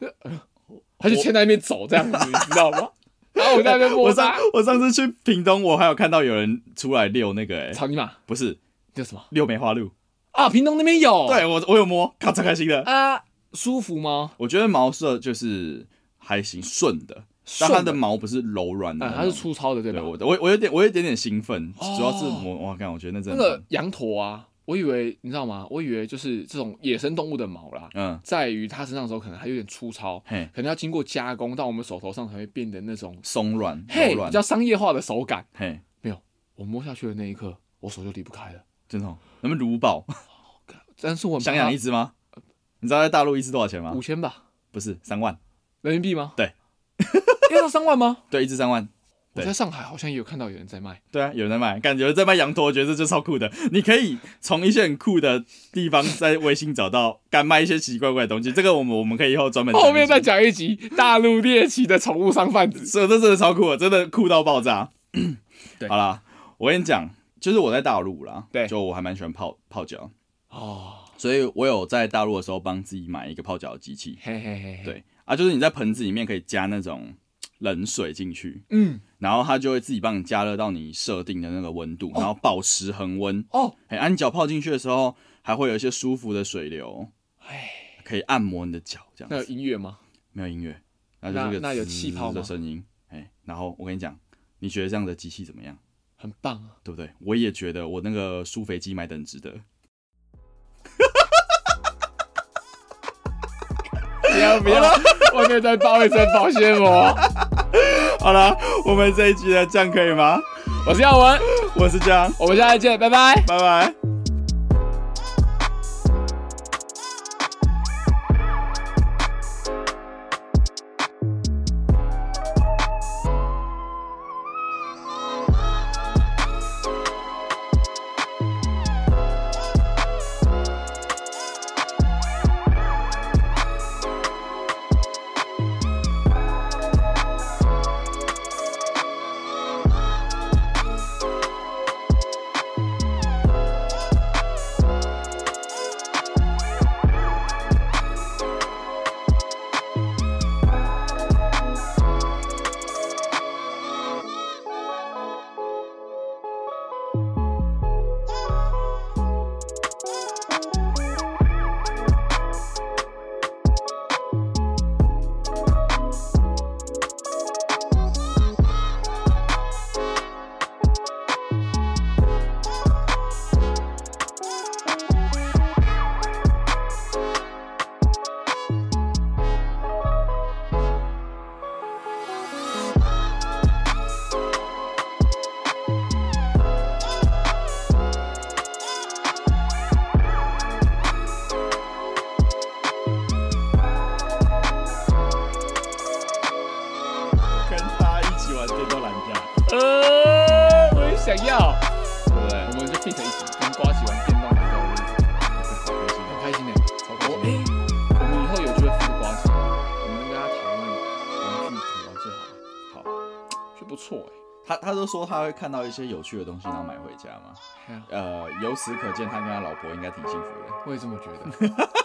B: 它就牵在那边走这样子，你知道
A: <laughs>
B: 吗？然后我在那边摸啊
A: 我上
B: 它，
A: 我上次去屏东，我还有看到有人出来遛那个、欸，
B: 草泥马
A: 不是
B: 叫什么
A: 遛梅花鹿，
B: 啊？屏东那边有，
A: 对我我有摸，看超开心的。
B: 啊，舒服吗？
A: 我觉得毛色就是还行，顺的，但它
B: 顺
A: 的毛不是柔软的
B: 啊
A: 那，种，
B: 它是粗糙的，对吧
A: 嗯对？我我我有点我有一点点兴奋，
B: 哦
A: 主要是我哇，看我觉得那真
B: 那
A: 的
B: 个羊驼啊，我以为你知道吗？我以为就是这种野生动物的毛啦，
A: 嗯
B: 在于它身上的时候可能还有点粗糙，
A: 嘿
B: 可能要经过加工到我们手头上才会变得那种
A: 松软柔
B: 嘿
A: 软
B: 比，较商业化的手感。
A: 嘿
B: 没有，我摸下去的那一刻，我手就离不开了。
A: 真的哦，那么乳宝
B: 但是我很
A: 想
B: 怕
A: 养一只吗？你知道在大陆一只多少钱吗
B: 五？千吧，
A: 不是三万，
B: 人民币吗？
A: 对，
B: <laughs> 要到三万
A: <laughs>
B: 吗？
A: 对，一只三万。
B: 我
A: 对
B: 在上海好像也有看到有人在卖，
A: 对啊，有人在卖，感觉有人在卖羊驼，我觉得这就超酷的。你可以从一些很酷的地方在微信找到敢卖一些奇奇怪怪的东西。这个我们我们可以以后专门
B: 后面再
A: 一集。
B: 讲一集大陆猎奇的宠物
A: <laughs>
B: 商贩子。
A: 这这真的超酷的，真的酷到爆炸。
B: 对
A: 好啦，我跟你讲，就是我在大陆啦，
B: 对
A: 就我还蛮喜欢泡泡脚，
B: 哦，
A: 所以我有在大陆的时候帮自己买一个泡脚的机器。
B: 嘿嘿嘿，嘿，
A: 对啊，就是你在盆子里面可以加那种冷水进去，
B: 嗯，
A: 然后它就会自己帮你加热到你设定的那个温度，然后保持恒温。
B: 哦，
A: 哎、啊，你脚泡进去的时候，还会有一些舒服的水流，
B: 哎，
A: 可以按摩你的脚，这
B: 那有
A: 样子。
B: 音乐吗？
A: 没有音乐，那就是个
B: 那那有
A: 滋
B: 气泡吗
A: 的声音。哎、然后我跟你讲，你觉得这样的机器怎么样？
B: 很棒啊！
A: 对不对？我也觉得我那个苏肥机买的很值得。
B: 不要不要，外面在包一层保鲜膜。
A: 好啦，我们这一集的这样可以吗？
B: 我是耀文，
A: 我是这样，
B: 我们下次见，拜拜。
A: 拜拜。跟他一起玩电动懒觉，
B: 呃，我也想要，
A: 对不对
B: 我？们就变成一起跟瓜起玩电动篮球的日子，
A: 好开心哦
B: 很开心的。
A: 超开
B: 我
A: 心的。
B: 哎，我们以后有机会付瓜起，我们跟他讨论玩具怎么玩最好。好，这不错哎
A: 他他都说他会看到一些有趣的东西，然后买回家嘛。
B: 哎。哎呀，
A: 呃，由此可见，他跟他老婆应该挺幸福的。
B: 我也这么觉得。